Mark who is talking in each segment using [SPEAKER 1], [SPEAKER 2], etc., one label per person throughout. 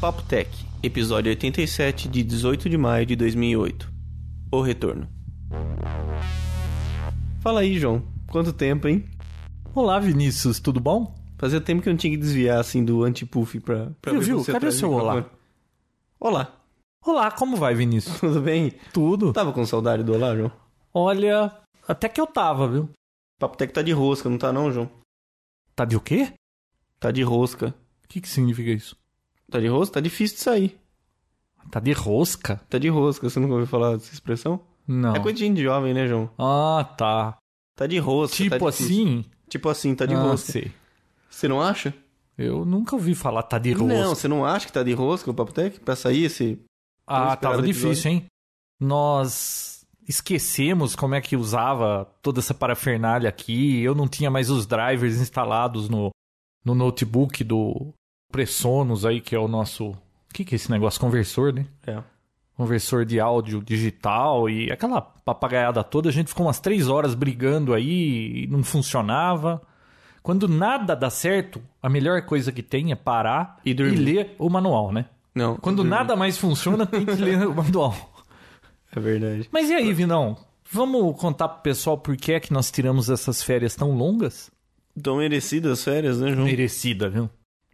[SPEAKER 1] Papo Tech, episódio 87 de 18 de maio de 2008. O retorno. Fala aí, João. Quanto tempo, hein?
[SPEAKER 2] Olá, Vinícius, tudo bom?
[SPEAKER 1] Fazia tempo que eu não tinha que desviar assim do anti-puff pra, pra
[SPEAKER 2] Viu,
[SPEAKER 1] ver
[SPEAKER 2] viu?
[SPEAKER 1] você tá
[SPEAKER 2] Cadê
[SPEAKER 1] atrás do
[SPEAKER 2] seu olá?
[SPEAKER 1] microfone. Olá,
[SPEAKER 2] Olá, como vai, Vinícius?
[SPEAKER 1] tudo bem?
[SPEAKER 2] Tudo?
[SPEAKER 1] Tava com saudade do olá, João?
[SPEAKER 2] Olha, até que eu tava, viu?
[SPEAKER 1] Papo Tech tá de rosca, não tá não, João?
[SPEAKER 2] Tá de o quê?
[SPEAKER 1] Tá de rosca.
[SPEAKER 2] O que, que significa isso?
[SPEAKER 1] Tá de rosca? Tá difícil de sair.
[SPEAKER 2] Tá de rosca?
[SPEAKER 1] Tá de rosca, você nunca ouviu falar dessa expressão?
[SPEAKER 2] Não.
[SPEAKER 1] É coisa de gente jovem, né, João?
[SPEAKER 2] Ah, tá.
[SPEAKER 1] Tá de rosca. tá
[SPEAKER 2] tipo
[SPEAKER 1] difícil.
[SPEAKER 2] assim?
[SPEAKER 1] Tipo assim, tá de
[SPEAKER 2] ah,
[SPEAKER 1] rosca.
[SPEAKER 2] sei.
[SPEAKER 1] Você não acha?
[SPEAKER 2] Eu nunca ouvi falar tá de rosca.
[SPEAKER 1] Não, você não acha que tá de rosca o Papo Tech? Pra sair esse
[SPEAKER 2] ah,
[SPEAKER 1] esperado
[SPEAKER 2] tava
[SPEAKER 1] episódio.
[SPEAKER 2] difícil, hein? Nós esquecemos como é que usava toda essa parafernália aqui. Eu não tinha mais os drivers instalados no, no notebook do Presonus aí, que é o nosso... O que, que é esse negócio? Conversor, né?
[SPEAKER 1] É.
[SPEAKER 2] conversor de áudio digital e aquela papagaiada toda. A gente ficou umas três horas brigando aí e não funcionava. Quando nada dá certo, a melhor coisa que tem é parar
[SPEAKER 1] E
[SPEAKER 2] e,
[SPEAKER 1] dormir.
[SPEAKER 2] ler o manual, né?
[SPEAKER 1] Não.
[SPEAKER 2] Quando nada mais funciona, tem que ler o manual.
[SPEAKER 1] É verdade.
[SPEAKER 2] Mas e aí, Vinão? Vamos contar pro pessoal por que é que nós tiramos essas férias tão longas?
[SPEAKER 1] Então merecidas as férias, né, João?
[SPEAKER 2] Merecida, viu?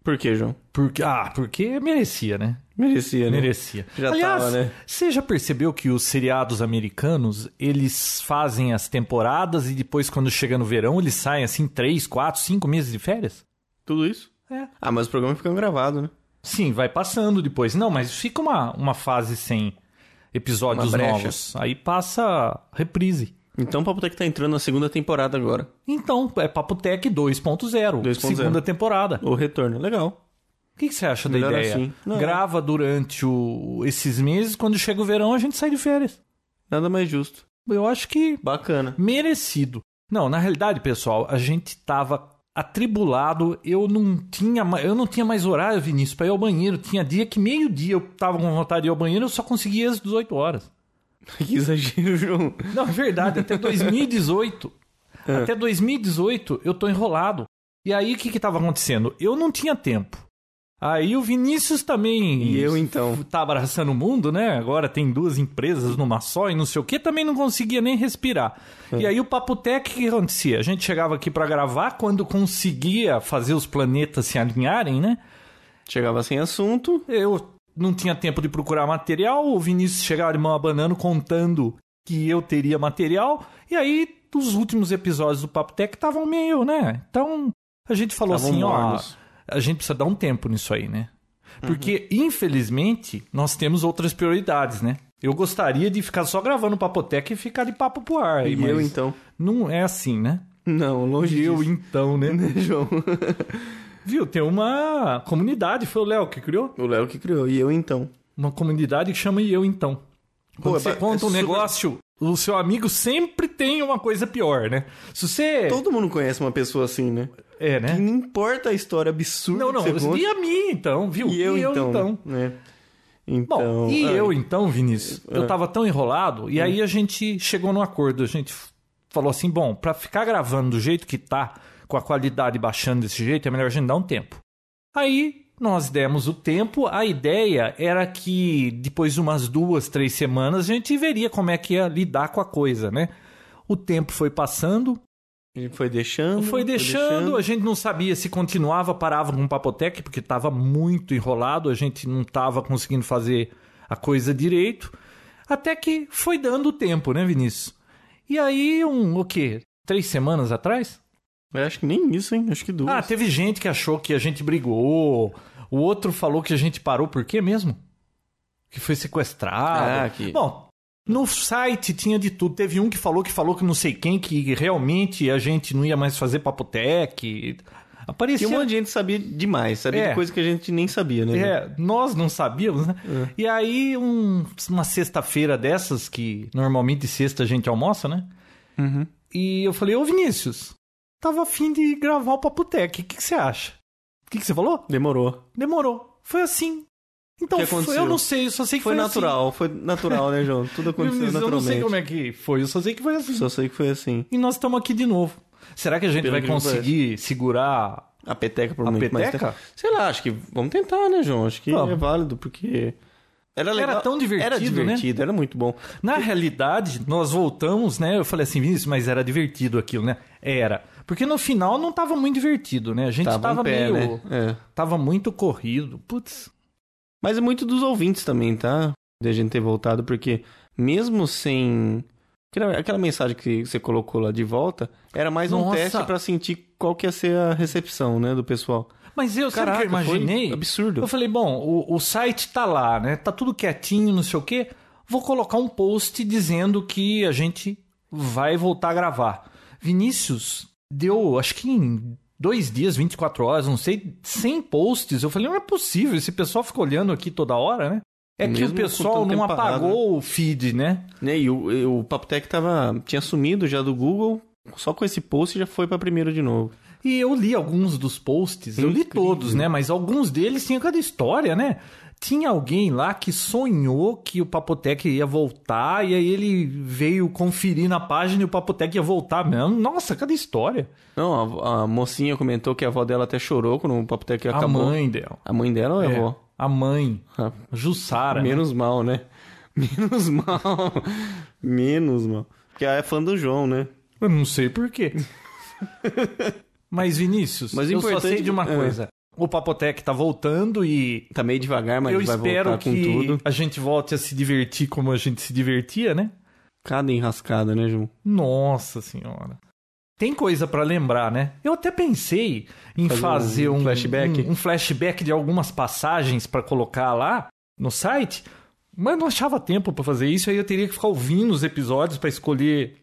[SPEAKER 1] Por que, João?
[SPEAKER 2] Porque, ah, porque merecia, né?
[SPEAKER 1] Merecia, né?
[SPEAKER 2] Merecia.
[SPEAKER 1] Já
[SPEAKER 2] Aliás,
[SPEAKER 1] tava, né?
[SPEAKER 2] você já percebeu que os seriados americanos, eles fazem as temporadas e depois, quando chega no verão, eles saem assim três, quatro, cinco meses de férias?
[SPEAKER 1] Tudo isso?
[SPEAKER 2] É.
[SPEAKER 1] Ah, mas o programa fica gravado, né?
[SPEAKER 2] Sim, vai passando depois. Não, mas fica uma, uma fase sem episódios
[SPEAKER 1] Uma brecha.
[SPEAKER 2] novos. Aí passa reprise.
[SPEAKER 1] Então o Papo Tech tá entrando na segunda temporada agora.
[SPEAKER 2] Então, é Papotec 2.0,
[SPEAKER 1] 2.0.
[SPEAKER 2] segunda temporada.
[SPEAKER 1] O retorno. Legal.
[SPEAKER 2] O que, que você acha da
[SPEAKER 1] Melhor
[SPEAKER 2] ideia?
[SPEAKER 1] assim. Não.
[SPEAKER 2] Grava durante o- esses meses, quando chega o verão, a gente sai de férias.
[SPEAKER 1] Nada mais justo.
[SPEAKER 2] Eu acho que
[SPEAKER 1] Bacana.
[SPEAKER 2] merecido. Não, na realidade, pessoal, a gente tava atribulado, eu não tinha, ma- eu não tinha mais horário, Vinícius, para ir ao banheiro. Tinha dia que meio-dia eu tava com vontade de ir ao banheiro, eu só conseguia às 18 horas.
[SPEAKER 1] Que exagero, João.
[SPEAKER 2] Não, é verdade, até 2018.
[SPEAKER 1] É.
[SPEAKER 2] Até 2018 eu tô enrolado. E aí o que que tava acontecendo? Eu não tinha tempo. Aí o Vinícius também
[SPEAKER 1] E eu, então?
[SPEAKER 2] tá abraçando o mundo, né? Agora tem duas empresas numa só e não sei o que, também não conseguia nem respirar. E aí o Papo Tech, o que acontecia? A gente chegava aqui pra gravar, quando conseguia fazer os planetas se alinharem, né?
[SPEAKER 1] Chegava sem assunto.
[SPEAKER 2] Eu não tinha tempo de procurar material, o Vinícius chegava de mão abanando contando que eu teria material, e aí os últimos episódios do Papo Tech estavam meio, né? Então a gente falou
[SPEAKER 1] Estavam
[SPEAKER 2] assim,
[SPEAKER 1] mornos.
[SPEAKER 2] ó, a gente precisa dar um tempo nisso aí, né?
[SPEAKER 1] Uhum.
[SPEAKER 2] Porque, infelizmente, nós temos outras prioridades, né? Eu gostaria de ficar só gravando o Papotec e ficar de papo pro ar.
[SPEAKER 1] E
[SPEAKER 2] mas
[SPEAKER 1] eu, então?
[SPEAKER 2] Não é assim, né?
[SPEAKER 1] Não, longe
[SPEAKER 2] E eu,
[SPEAKER 1] disso.
[SPEAKER 2] então, né?
[SPEAKER 1] Né, João?
[SPEAKER 2] Viu? Tem uma comunidade, foi o Léo que criou?
[SPEAKER 1] o Léo que criou. E eu, então?
[SPEAKER 2] uma comunidade que chama E Eu Então. Quando
[SPEAKER 1] Pô, é
[SPEAKER 2] você
[SPEAKER 1] ba-
[SPEAKER 2] conta
[SPEAKER 1] é
[SPEAKER 2] um
[SPEAKER 1] super-
[SPEAKER 2] negócio, o seu amigo sempre tem uma coisa pior, né? Se você.
[SPEAKER 1] Todo mundo conhece uma pessoa assim, né?
[SPEAKER 2] É,
[SPEAKER 1] E
[SPEAKER 2] né?
[SPEAKER 1] não importa a história absurda
[SPEAKER 2] Não, não.
[SPEAKER 1] que você conta.
[SPEAKER 2] E a mim, então, viu?
[SPEAKER 1] E eu, então. Né?
[SPEAKER 2] Bom,
[SPEAKER 1] Então,
[SPEAKER 2] e
[SPEAKER 1] ai,
[SPEAKER 2] eu então, Vinícius? Eu tava tão enrolado, e aí a gente chegou num acordo. A gente f- falou assim: bom, pra ficar gravando do jeito que tá, com a qualidade baixando desse jeito, é melhor a gente dar um tempo. Aí nós demos o tempo, a ideia era que depois de umas duas, três semanas a gente veria como é que ia lidar com a coisa, né? O tempo foi passando,
[SPEAKER 1] Ele foi deixando.
[SPEAKER 2] foi deixando, a gente não sabia se continuava, parava com o Papotec, porque estava muito enrolado, a gente não estava conseguindo fazer a coisa direito. Até que foi dando tempo, né, Vinícius? E aí, um, o quê? Três semanas atrás?
[SPEAKER 1] Eu acho que nem isso, hein? Acho que duas.
[SPEAKER 2] Ah, teve gente que achou que a gente brigou, o outro falou que a gente parou, por quê mesmo? Que foi sequestrado.
[SPEAKER 1] Ah, que-
[SPEAKER 2] Bom, no site tinha de tudo. Teve um que falou que falou que não sei quem, que realmente a gente não ia mais fazer papotec.
[SPEAKER 1] Que
[SPEAKER 2] Aparecia
[SPEAKER 1] um monte de gente sabia demais, sabia
[SPEAKER 2] É.
[SPEAKER 1] de coisa que a gente nem sabia, né? Ah,
[SPEAKER 2] É, nós não sabíamos, né? E aí, um- uma sexta-feira dessas, que normalmente sexta a gente almoça, né? E eu falei, ô Vinícius, tava afim de gravar o Papotec, o que que você acha? O que que você falou?
[SPEAKER 1] Demorou.
[SPEAKER 2] Demorou. Foi assim. Então,
[SPEAKER 1] O que
[SPEAKER 2] foi-
[SPEAKER 1] aconteceu?
[SPEAKER 2] eu não sei, eu só sei que
[SPEAKER 1] Foi
[SPEAKER 2] foi,
[SPEAKER 1] natural, foi natural, né, João? Tudo
[SPEAKER 2] assim.
[SPEAKER 1] aconteceu
[SPEAKER 2] Vinícius, eu não
[SPEAKER 1] naturalmente.
[SPEAKER 2] sei como é que foi, eu só sei que foi assim.
[SPEAKER 1] Só sei que foi assim.
[SPEAKER 2] E nós estamos aqui de novo. Será que a gente
[SPEAKER 1] Pelo
[SPEAKER 2] vai
[SPEAKER 1] que
[SPEAKER 2] conseguir segurar
[SPEAKER 1] A peteca por
[SPEAKER 2] A
[SPEAKER 1] muito mais
[SPEAKER 2] peteca?
[SPEAKER 1] tempo. Sei lá, acho que vamos tentar, né, João? Acho que
[SPEAKER 2] Vamos.
[SPEAKER 1] é válido, porque. Era, legal.
[SPEAKER 2] tão
[SPEAKER 1] Era
[SPEAKER 2] divertido, né?
[SPEAKER 1] divertido, era muito bom.
[SPEAKER 2] Na realidade, nós voltamos, né? Eu falei assim, Vinícius, mas era divertido aquilo, né? Era. Porque no final não tava muito divertido, né? A gente tava,
[SPEAKER 1] Tava, em pé,
[SPEAKER 2] meio.
[SPEAKER 1] né? É.
[SPEAKER 2] Tava muito corrido. Putz.
[SPEAKER 1] Mas é muito dos ouvintes também, tá? De a gente ter voltado, porque mesmo sem. Aquela, aquela mensagem que você colocou lá de volta era mais um
[SPEAKER 2] Nossa.
[SPEAKER 1] teste pra sentir qual que ia ser a recepção, né, do pessoal.
[SPEAKER 2] Mas eu sempre
[SPEAKER 1] Caraca, foi
[SPEAKER 2] imaginei.
[SPEAKER 1] absurdo.
[SPEAKER 2] Eu falei, bom, o, o site tá lá, né? Tá tudo quietinho, não sei o quê. Vou colocar um post dizendo que a gente vai voltar a gravar. Vinícius deu, acho que em dois dias, 24 horas, não sei, 100 posts. Eu falei, não é possível, esse pessoal fica olhando aqui toda hora, né? É que
[SPEAKER 1] Mesmo
[SPEAKER 2] o
[SPEAKER 1] com
[SPEAKER 2] pessoal
[SPEAKER 1] tanto
[SPEAKER 2] não
[SPEAKER 1] tempo parado,
[SPEAKER 2] apagou o feed, né?
[SPEAKER 1] Né, E o, e o Papotec tava, tinha sumido já do Google, só com esse post já foi pra primeiro de novo.
[SPEAKER 2] E eu li alguns dos posts, eu li
[SPEAKER 1] Incrível.
[SPEAKER 2] todos, né? Mas alguns deles tinham cada história, né? Tinha alguém lá que sonhou que o Papotec ia voltar e aí ele veio conferir na página e o Papotec ia voltar mesmo. Nossa, cada história.
[SPEAKER 1] Não, a, a mocinha comentou que a avó dela até chorou quando o Papotec acabou.
[SPEAKER 2] A mãe dela.
[SPEAKER 1] A mãe dela ou a
[SPEAKER 2] É,
[SPEAKER 1] avó?
[SPEAKER 2] a mãe,
[SPEAKER 1] Ah,
[SPEAKER 2] Jussara. né?
[SPEAKER 1] Menos mal, né? Menos mal. Menos mal. Porque ela é fã do João, né?
[SPEAKER 2] Eu não sei por quê. Mas Vinícius,
[SPEAKER 1] Mas
[SPEAKER 2] eu só
[SPEAKER 1] importante-
[SPEAKER 2] sei de uma
[SPEAKER 1] É.
[SPEAKER 2] coisa. O Papotec tá voltando e
[SPEAKER 1] Tá meio devagar, mas
[SPEAKER 2] eu
[SPEAKER 1] vai
[SPEAKER 2] espero
[SPEAKER 1] voltar
[SPEAKER 2] que
[SPEAKER 1] com tudo.
[SPEAKER 2] a gente volte a se divertir como a gente se divertia, né?
[SPEAKER 1] Cada enrascada, né, João?
[SPEAKER 2] Nossa senhora. Tem coisa pra lembrar, né? Eu até pensei em
[SPEAKER 1] Fazer um
[SPEAKER 2] fazer um,
[SPEAKER 1] flashback?
[SPEAKER 2] um, um flashback de algumas passagens pra colocar lá no site, mas não achava tempo pra fazer isso, aí eu teria que ficar ouvindo os episódios pra escolher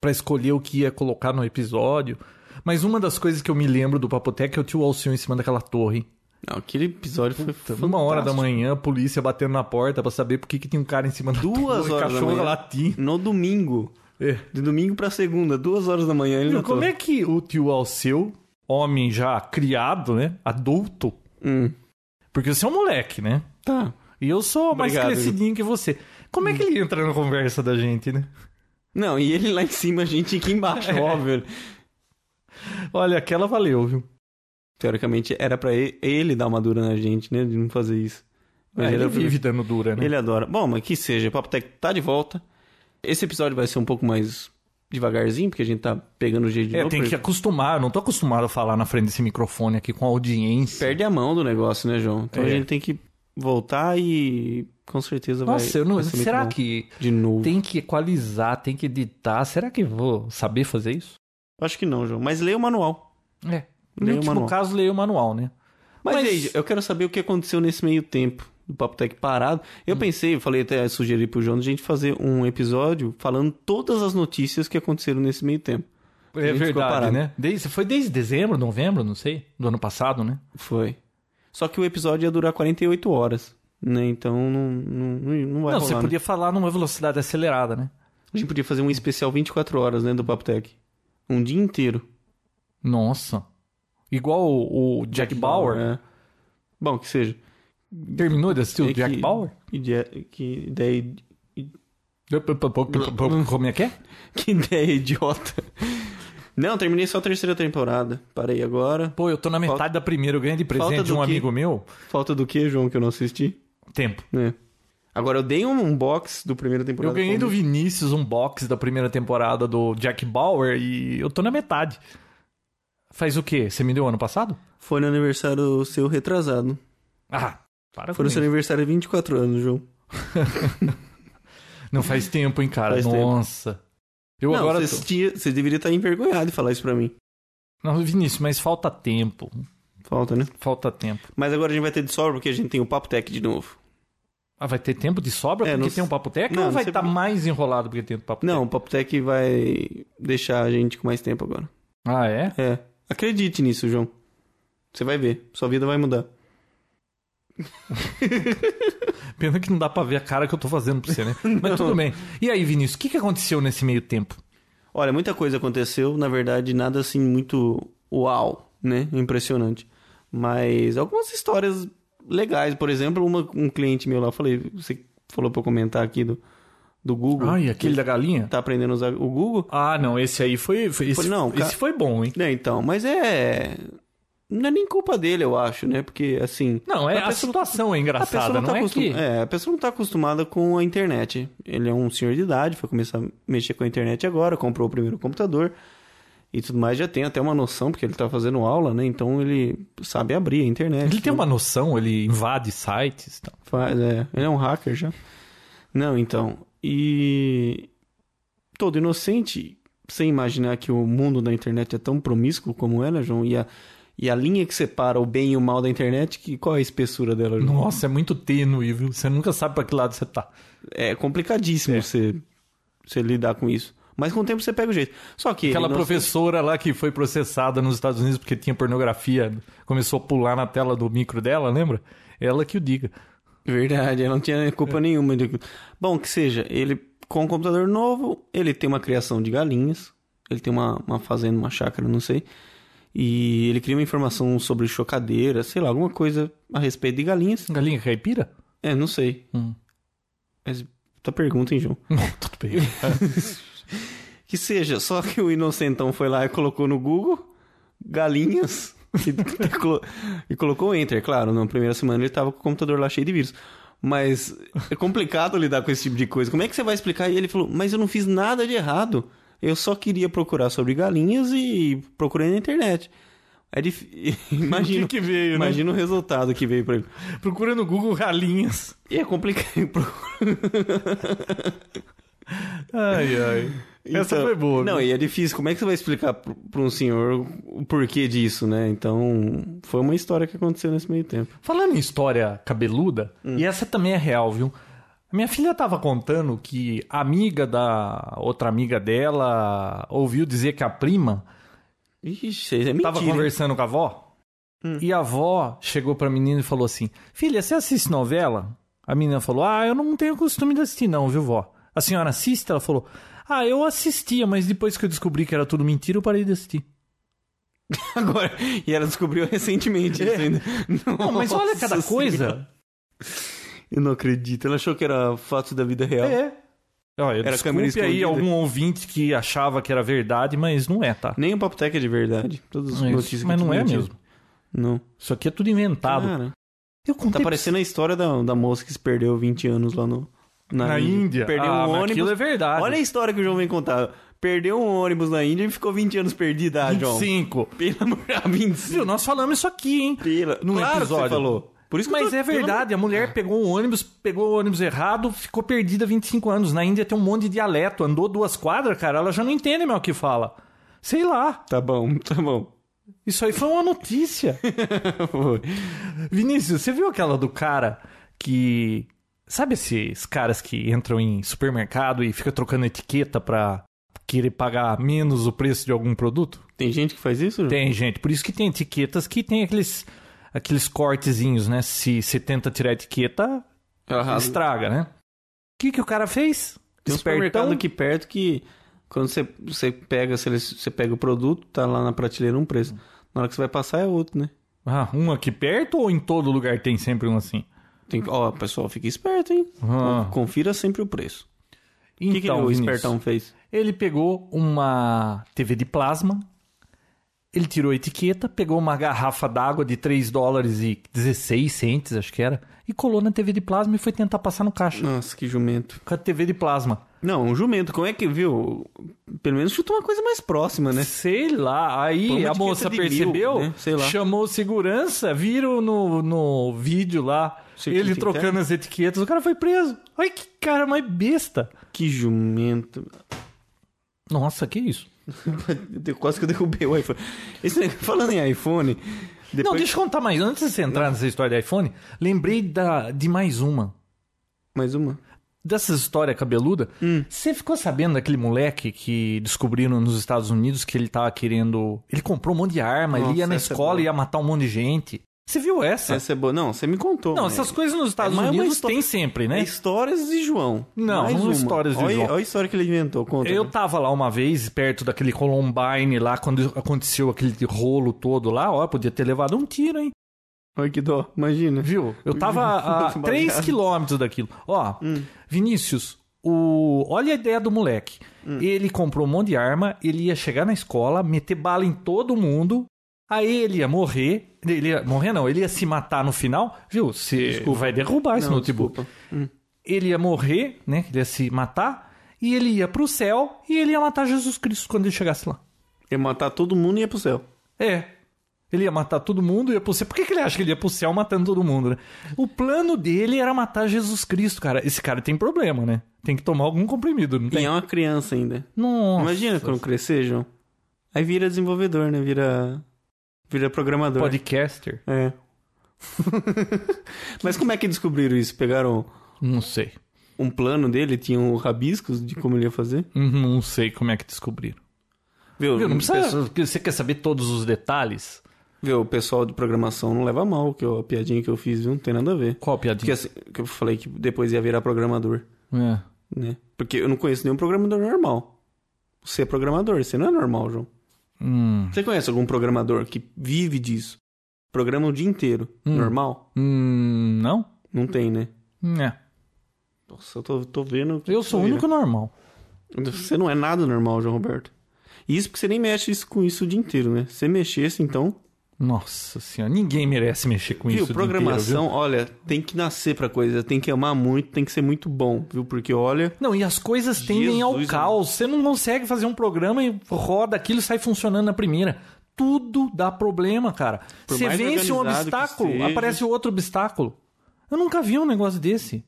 [SPEAKER 2] para escolher o que ia colocar no episódio. Mas uma das coisas que eu me lembro do Papotec é o tio Alcione em cima daquela torre.
[SPEAKER 1] Não, aquele episódio foi fantástico.
[SPEAKER 2] Uma hora da manhã, a polícia batendo na porta pra saber por que, que tem um cara em cima da
[SPEAKER 1] Duas
[SPEAKER 2] torre,
[SPEAKER 1] horas da
[SPEAKER 2] cachorro
[SPEAKER 1] manhã.
[SPEAKER 2] latindo.
[SPEAKER 1] No domingo.
[SPEAKER 2] É.
[SPEAKER 1] De domingo pra segunda, duas horas da manhã. Ele
[SPEAKER 2] Viu,
[SPEAKER 1] não
[SPEAKER 2] Como é que o tio Alceu, homem já criado, né? Adulto.
[SPEAKER 1] Hum,
[SPEAKER 2] Porque você é um moleque, né?
[SPEAKER 1] tá.
[SPEAKER 2] E eu sou mais
[SPEAKER 1] Obrigado,
[SPEAKER 2] crescidinho que você. Como é que ele entra na conversa da gente, né?
[SPEAKER 1] Não, e ele lá em cima, a gente aqui embaixo, é óbvio.
[SPEAKER 2] Olha, aquela valeu, viu?
[SPEAKER 1] Teoricamente, era pra ele, ele dar uma dura na gente, né? De não fazer isso. é
[SPEAKER 2] Ah, ele
[SPEAKER 1] era pra-
[SPEAKER 2] vive dando dura, né?
[SPEAKER 1] Ele é adora. Bom, mas que seja, o Papo Tech tá de volta. Esse episódio vai ser um pouco mais devagarzinho, porque a gente tá pegando o jeito de
[SPEAKER 2] É,
[SPEAKER 1] novo,
[SPEAKER 2] tem que
[SPEAKER 1] porque
[SPEAKER 2] acostumar. Eu não tô acostumado a falar na frente desse microfone aqui com a audiência.
[SPEAKER 1] Perde a mão do negócio, né, João? Então a
[SPEAKER 2] É.
[SPEAKER 1] gente tem que voltar e com certeza vai.
[SPEAKER 2] Nossa, eu não...
[SPEAKER 1] vai ser muito
[SPEAKER 2] será
[SPEAKER 1] bom.
[SPEAKER 2] que
[SPEAKER 1] De novo.
[SPEAKER 2] tem que equalizar, tem que editar? Será que eu vou saber fazer isso?
[SPEAKER 1] Acho que não, João. Mas leia o manual.
[SPEAKER 2] É. No
[SPEAKER 1] Leia o
[SPEAKER 2] último
[SPEAKER 1] manual.
[SPEAKER 2] caso, leio o manual, né?
[SPEAKER 1] Mas,
[SPEAKER 2] Mas-
[SPEAKER 1] aí, eu quero saber o que aconteceu nesse meio tempo do Papo Tech parado. Eu
[SPEAKER 2] Hum.
[SPEAKER 1] pensei, eu falei até, sugeri pro João, a gente fazer um episódio falando todas as notícias que aconteceram nesse meio tempo. A
[SPEAKER 2] É
[SPEAKER 1] gente ficou
[SPEAKER 2] verdade,
[SPEAKER 1] parado.
[SPEAKER 2] né? Desde, foi desde dezembro, novembro, não sei, do ano passado, né?
[SPEAKER 1] Foi. Só que o episódio ia durar 48 horas, né? Então não, não, não não vai
[SPEAKER 2] não,
[SPEAKER 1] rolar,
[SPEAKER 2] você
[SPEAKER 1] né?
[SPEAKER 2] podia falar numa velocidade acelerada, né?
[SPEAKER 1] A gente podia fazer um especial 24 horas, né, do Papo Tech. Um dia inteiro.
[SPEAKER 2] Nossa. Igual o, o Jack, Bauer.
[SPEAKER 1] É. Bom, que seja.
[SPEAKER 2] Terminou de assistir o
[SPEAKER 1] É
[SPEAKER 2] Jack
[SPEAKER 1] que-
[SPEAKER 2] Bauer?
[SPEAKER 1] Que dia- que ideia, Hum.
[SPEAKER 2] Como é que é?
[SPEAKER 1] que ideia idiota. Não, terminei só a terceira temporada. Parei agora.
[SPEAKER 2] Pô, eu tô na metade da primeira, eu ganhei de presente
[SPEAKER 1] Falta
[SPEAKER 2] de
[SPEAKER 1] do
[SPEAKER 2] um
[SPEAKER 1] quê?
[SPEAKER 2] amigo meu.
[SPEAKER 1] Falta do que, João, que eu não assisti?
[SPEAKER 2] Tempo.
[SPEAKER 1] É. Agora eu dei um, um box do primeira temporada.
[SPEAKER 2] Eu ganhei do
[SPEAKER 1] falando-
[SPEAKER 2] Vinícius um box da primeira temporada do Jack Bauer e eu tô na metade. Faz o quê? Você me deu ano passado?
[SPEAKER 1] Foi no aniversário seu retrasado.
[SPEAKER 2] Ah, para
[SPEAKER 1] Foi
[SPEAKER 2] com
[SPEAKER 1] no seu
[SPEAKER 2] isso.
[SPEAKER 1] aniversário de 24 anos, João.
[SPEAKER 2] Não faz tempo, hein, cara?
[SPEAKER 1] Faz tempo.
[SPEAKER 2] Nossa. Eu
[SPEAKER 1] não,
[SPEAKER 2] agora.
[SPEAKER 1] você,
[SPEAKER 2] tô-
[SPEAKER 1] tinha- você deveria estar envergonhado de falar isso pra mim.
[SPEAKER 2] Não, Vinícius, mas falta tempo.
[SPEAKER 1] Falta, né?
[SPEAKER 2] Falta tempo.
[SPEAKER 1] Mas agora a gente vai ter de sobra porque a gente tem o Papo Tech de novo.
[SPEAKER 2] Ah, vai ter tempo de sobra
[SPEAKER 1] É,
[SPEAKER 2] porque
[SPEAKER 1] não
[SPEAKER 2] tem um
[SPEAKER 1] sei-
[SPEAKER 2] papo técnico
[SPEAKER 1] Não,
[SPEAKER 2] ou
[SPEAKER 1] não
[SPEAKER 2] vai
[SPEAKER 1] sei
[SPEAKER 2] estar
[SPEAKER 1] porque-
[SPEAKER 2] mais enrolado porque tem um papo
[SPEAKER 1] Não, o Papo Tech vai deixar a gente com mais tempo agora.
[SPEAKER 2] técnico? Ah, é?
[SPEAKER 1] É. Acredite nisso, João. Você vai ver. Sua vida vai mudar.
[SPEAKER 2] Pena que não dá pra ver a cara que eu tô fazendo pra você, né? Mas tudo bem. E aí, Vinícius, o que, que aconteceu nesse meio tempo?
[SPEAKER 1] Olha, muita coisa aconteceu, na verdade, nada assim muito uau, né? Impressionante. Mas algumas histórias legais, por exemplo, uma- um cliente meu lá, eu falei, você falou pra eu comentar aqui do, do Google.
[SPEAKER 2] Ai, aquele da galinha?
[SPEAKER 1] Tá aprendendo a usar o Google?
[SPEAKER 2] Ah, não, esse aí foi. foi- esse,
[SPEAKER 1] Foi- não,
[SPEAKER 2] esse
[SPEAKER 1] cara-
[SPEAKER 2] foi bom, hein?
[SPEAKER 1] Né, então, mas é. Não é nem culpa dele, eu acho, né? Porque, assim.
[SPEAKER 2] Não, é, a,
[SPEAKER 1] pessoa-
[SPEAKER 2] situação
[SPEAKER 1] a pessoa
[SPEAKER 2] é engraçada, não,
[SPEAKER 1] tá
[SPEAKER 2] é
[SPEAKER 1] acostum-
[SPEAKER 2] que...
[SPEAKER 1] é, a pessoa não tá acostumada com a internet. Ele é um senhor de idade, foi começar a mexer com a internet agora, comprou o primeiro computador e tudo mais. Já tem até uma noção, porque ele tá fazendo aula, né? Então ele sabe abrir a internet.
[SPEAKER 2] Ele tem
[SPEAKER 1] tudo.
[SPEAKER 2] uma noção, ele invade sites então. e tal.
[SPEAKER 1] Faz, é. Ele é um hacker já. Não, então. E. Todo inocente, sem imaginar que o mundo da internet é tão promíscuo como é, né, João? E a, e a linha que separa o bem e o mal da internet, que, qual é a espessura dela, João?
[SPEAKER 2] Nossa, é muito tênue, viu? Você nunca sabe pra que lado você tá.
[SPEAKER 1] É complicadíssimo Você, você lidar com isso. Mas com o tempo você pega o jeito. Só que.
[SPEAKER 2] Aquela
[SPEAKER 1] ele não-
[SPEAKER 2] professora lá que foi processada nos Estados Unidos porque tinha pornografia, começou a pular na tela do micro dela, lembra? Ela que o diga.
[SPEAKER 1] Verdade, ele não tinha culpa nenhuma. de- Bom, que seja, ele com um computador novo, ele tem uma criação de galinhas, ele tem uma, uma fazenda, uma chácara, não sei, e ele cria uma informação sobre chocadeira, sei lá, alguma coisa a respeito de galinhas.
[SPEAKER 2] Galinha caipira?
[SPEAKER 1] É, não sei.
[SPEAKER 2] Hum.
[SPEAKER 1] Mas tua pergunta, hein, João?
[SPEAKER 2] Não, tudo bem.
[SPEAKER 1] Que seja, só que o inocentão foi lá e colocou no Google galinhas e, colo- e colocou Enter, claro. Na primeira semana ele tava com o computador lá cheio de vírus. Mas é complicado lidar com esse tipo de coisa. Como é que você vai explicar? E ele falou: Mas eu não fiz nada de errado. Eu só queria procurar sobre galinhas e procurei na internet. É difícil. Imagina,
[SPEAKER 2] que veio, né?
[SPEAKER 1] imagina o resultado que veio pra ele.
[SPEAKER 2] Procura no Google galinhas.
[SPEAKER 1] E é complicado.
[SPEAKER 2] Ai, ai. Essa
[SPEAKER 1] Então-
[SPEAKER 2] foi boa.
[SPEAKER 1] Não,
[SPEAKER 2] viu?
[SPEAKER 1] e é difícil. Como é que você vai explicar pro- pra um senhor o porquê disso, né? Então, foi uma história que aconteceu nesse meio tempo.
[SPEAKER 2] Falando em história cabeluda,
[SPEAKER 1] Hum.
[SPEAKER 2] e essa também é real, viu? A Minha filha tava contando que a amiga da outra amiga dela ouviu dizer que a prima
[SPEAKER 1] Ixi, isso é mentira.
[SPEAKER 2] tava
[SPEAKER 1] hein? Hum.
[SPEAKER 2] conversando com a avó e a avó chegou pra menina e falou assim: Filha, você assiste novela? A menina falou: Ah, eu não tenho costume de assistir, não, viu, vó? A senhora assiste? Ela falou: Ah, eu assistia, mas depois que eu descobri que era tudo mentira, eu parei de assistir.
[SPEAKER 1] Agora, e ela descobriu recentemente isso ainda.
[SPEAKER 2] Não, mas olha
[SPEAKER 1] Nossa
[SPEAKER 2] cada
[SPEAKER 1] Senhora.
[SPEAKER 2] coisa.
[SPEAKER 1] Eu não acredito. Ela achou que era fato da vida real.
[SPEAKER 2] É. Olha,
[SPEAKER 1] Era câmera
[SPEAKER 2] desculpe aí
[SPEAKER 1] escondida.
[SPEAKER 2] algum ouvinte que achava que era verdade, mas não é, tá?
[SPEAKER 1] Nem o Papoteca é de verdade. Todas as
[SPEAKER 2] É isso,
[SPEAKER 1] notícias
[SPEAKER 2] mas
[SPEAKER 1] que
[SPEAKER 2] não
[SPEAKER 1] tu
[SPEAKER 2] é
[SPEAKER 1] mentira.
[SPEAKER 2] mesmo.
[SPEAKER 1] Não.
[SPEAKER 2] Isso aqui é tudo inventado.
[SPEAKER 1] Cara,
[SPEAKER 2] eu contei
[SPEAKER 1] Ah, tá parecendo a história da, da moça que se perdeu 20 anos lá no...
[SPEAKER 2] pra- na Índia.
[SPEAKER 1] Perdeu
[SPEAKER 2] ah,
[SPEAKER 1] um
[SPEAKER 2] mas
[SPEAKER 1] ônibus.
[SPEAKER 2] Aquilo é verdade.
[SPEAKER 1] Olha a história que o João vem contar. Perdeu um ônibus na Índia e ficou 20 anos perdida, ah, João.
[SPEAKER 2] 25.
[SPEAKER 1] Pelo amor de Deus, 25.
[SPEAKER 2] Viu, nós falamos isso aqui, hein?
[SPEAKER 1] Pela-
[SPEAKER 2] Num
[SPEAKER 1] Claro que
[SPEAKER 2] episódio.
[SPEAKER 1] você falou. Por isso que eu
[SPEAKER 2] Mas
[SPEAKER 1] tô-
[SPEAKER 2] é verdade, a mulher pegou um ônibus, pegou o ônibus errado, ficou perdida 25 anos. Na Índia tem um monte de dialeto, andou duas quadras, cara, ela já não entende mais o que fala. Sei lá.
[SPEAKER 1] Tá bom, tá bom.
[SPEAKER 2] Isso aí foi uma notícia. Vinícius, você viu aquela do cara que. Sabe esses caras que entram em supermercado e fica trocando etiqueta pra querer pagar menos o preço de algum produto?
[SPEAKER 1] Tem gente que faz isso, João?
[SPEAKER 2] Tem, gente. Por isso que tem etiquetas que tem aqueles, aqueles cortezinhos, né? Se você tenta tirar a etiqueta,
[SPEAKER 1] Arrasa.
[SPEAKER 2] estraga, né? O que, que o cara fez?
[SPEAKER 1] Ah, Tem um supermercado aqui perto que quando você, você pega, se ele- você pega o produto, tá lá na prateleira um preço. Na hora que você vai passar é outro, né?
[SPEAKER 2] Ah, um aqui perto ou em todo lugar tem sempre um assim?
[SPEAKER 1] Tem, que- ó, pessoal, fica esperto, hein?
[SPEAKER 2] Ah.
[SPEAKER 1] Confira sempre o preço. O que, que
[SPEAKER 2] Então,
[SPEAKER 1] o
[SPEAKER 2] Vinícius,
[SPEAKER 1] espertão fez?
[SPEAKER 2] Ele pegou uma TV de plasma, ele tirou a etiqueta, pegou uma garrafa d'água de 3 dólares e 16 centes, acho que era, e colou na TV de plasma e foi tentar passar no caixa
[SPEAKER 1] Nossa, que jumento.
[SPEAKER 2] com a TV de plasma.
[SPEAKER 1] Não, um jumento, como é que, viu? Pelo menos chuta uma coisa mais próxima, né?
[SPEAKER 2] Sei lá,
[SPEAKER 1] Põe
[SPEAKER 2] aí
[SPEAKER 1] uma
[SPEAKER 2] a
[SPEAKER 1] etiqueta
[SPEAKER 2] moça
[SPEAKER 1] de mil,
[SPEAKER 2] percebeu,
[SPEAKER 1] né? Sei lá.
[SPEAKER 2] chamou o segurança, viram no, no vídeo lá,
[SPEAKER 1] Sei que
[SPEAKER 2] ele
[SPEAKER 1] tem que
[SPEAKER 2] trocando as etiquetas, o cara foi preso. Ai, que cara mais besta.
[SPEAKER 1] Que jumento.
[SPEAKER 2] Nossa, que isso.
[SPEAKER 1] Eu quase que eu derrubei o iPhone. Esse negócio- falando em iPhone. Depois...
[SPEAKER 2] Não, deixa eu contar mais. Antes de você entrar nessa história do iPhone, lembrei da, de mais uma.
[SPEAKER 1] Mais uma.
[SPEAKER 2] dessas histórias cabeluda,
[SPEAKER 1] Hum.
[SPEAKER 2] você ficou sabendo daquele moleque que descobriram nos Estados Unidos que ele tava querendo. Ele comprou um monte de arma, ele
[SPEAKER 1] Nossa,
[SPEAKER 2] ia na
[SPEAKER 1] essa é
[SPEAKER 2] escola
[SPEAKER 1] boa.
[SPEAKER 2] e ia matar um monte de gente. Você viu essa?
[SPEAKER 1] Essa é boa. Não, você me contou.
[SPEAKER 2] Não,
[SPEAKER 1] mas-
[SPEAKER 2] essas coisas nos Estados
[SPEAKER 1] mas é uma
[SPEAKER 2] Unidos
[SPEAKER 1] histó-
[SPEAKER 2] tem sempre,
[SPEAKER 1] É
[SPEAKER 2] né?
[SPEAKER 1] histórias de João.
[SPEAKER 2] Não,
[SPEAKER 1] Mais
[SPEAKER 2] não é
[SPEAKER 1] uma.
[SPEAKER 2] histórias de
[SPEAKER 1] olha,
[SPEAKER 2] João.
[SPEAKER 1] Olha a história que ele inventou. Conta. né?
[SPEAKER 2] Eu tava lá uma vez, perto daquele Columbine lá, quando aconteceu aquele rolo todo lá, ó, podia ter levado um tiro, hein?
[SPEAKER 1] Olha que dó. Imagina.
[SPEAKER 2] Viu? Eu tava a
[SPEAKER 1] Baleado.
[SPEAKER 2] 3 quilômetros daquilo. Ó,
[SPEAKER 1] Hum.
[SPEAKER 2] Vinícius, o... olha a ideia do moleque.
[SPEAKER 1] Hum.
[SPEAKER 2] Ele comprou um monte de arma, ele ia chegar na escola, meter bala em todo mundo, aí ele ia morrer. Ele ia... Morrer não, ele ia se matar no final, viu? Você vai derrubar esse
[SPEAKER 1] Não,
[SPEAKER 2] notebook.
[SPEAKER 1] desculpa. Hum.
[SPEAKER 2] Ele ia morrer, né? Ele ia se matar, e ele ia pro céu, e ele ia matar Jesus Cristo quando ele chegasse lá.
[SPEAKER 1] Ia matar todo mundo e ia pro céu.
[SPEAKER 2] É. Ele ia matar todo mundo, ia pro céu. Por que, que ele acha que ele ia pro céu matando todo mundo, né? O plano dele era matar Jesus Cristo, cara. Esse cara tem problema, né? Tem que tomar algum comprimido, não
[SPEAKER 1] E
[SPEAKER 2] tem? é
[SPEAKER 1] é uma criança ainda.
[SPEAKER 2] Nossa.
[SPEAKER 1] Imagina quando crescer, João. Aí vira desenvolvedor, né? Vira. Vira programador.
[SPEAKER 2] Podcaster?
[SPEAKER 1] É. Mas como é que descobriram isso? Pegaram
[SPEAKER 2] Não sei.
[SPEAKER 1] um plano dele, tinha um rabiscos de como ele ia fazer?
[SPEAKER 2] Não sei como é que descobriram.
[SPEAKER 1] Viu?
[SPEAKER 2] Viu, não precisa...
[SPEAKER 1] pessoal-
[SPEAKER 2] porque Você quer saber todos os detalhes?
[SPEAKER 1] viu, o pessoal de programação não leva a mal, que eu- a piadinha que eu fiz, viu? Não tem nada a ver.
[SPEAKER 2] Qual a
[SPEAKER 1] Porque
[SPEAKER 2] piadinha?
[SPEAKER 1] assim, que eu falei que depois ia virar programador,
[SPEAKER 2] É.
[SPEAKER 1] né? Porque eu não conheço nenhum programador normal. Você é programador, você não é normal, João.
[SPEAKER 2] Hum.
[SPEAKER 1] Você conhece algum programador que vive disso? Programa o dia inteiro.
[SPEAKER 2] Hum.
[SPEAKER 1] Normal?
[SPEAKER 2] Hum, não?
[SPEAKER 1] Não tem, né?
[SPEAKER 2] É.
[SPEAKER 1] Nossa, eu tô, tô vendo. que
[SPEAKER 2] Eu sou o
[SPEAKER 1] vira.
[SPEAKER 2] único normal.
[SPEAKER 1] Você não é nada normal, João Roberto. E isso porque você nem mexe isso- com isso o dia inteiro, né? Se você mexesse, então.
[SPEAKER 2] Nossa senhora, ninguém merece mexer com
[SPEAKER 1] viu,
[SPEAKER 2] isso. o dia inteiro, viu?
[SPEAKER 1] programação, olha, tem que nascer pra coisa, tem que amar muito, tem que ser muito bom, viu? Porque olha.
[SPEAKER 2] Não, e as coisas tendem ao
[SPEAKER 1] Jesus,
[SPEAKER 2] caos. Você não consegue fazer um programa e roda aquilo e sai funcionando na primeira. Tudo dá problema, cara.
[SPEAKER 1] Por
[SPEAKER 2] Você
[SPEAKER 1] mais
[SPEAKER 2] vence um
[SPEAKER 1] organizado que
[SPEAKER 2] obstáculo,
[SPEAKER 1] esteja.
[SPEAKER 2] aparece outro obstáculo. Eu nunca vi um negócio desse.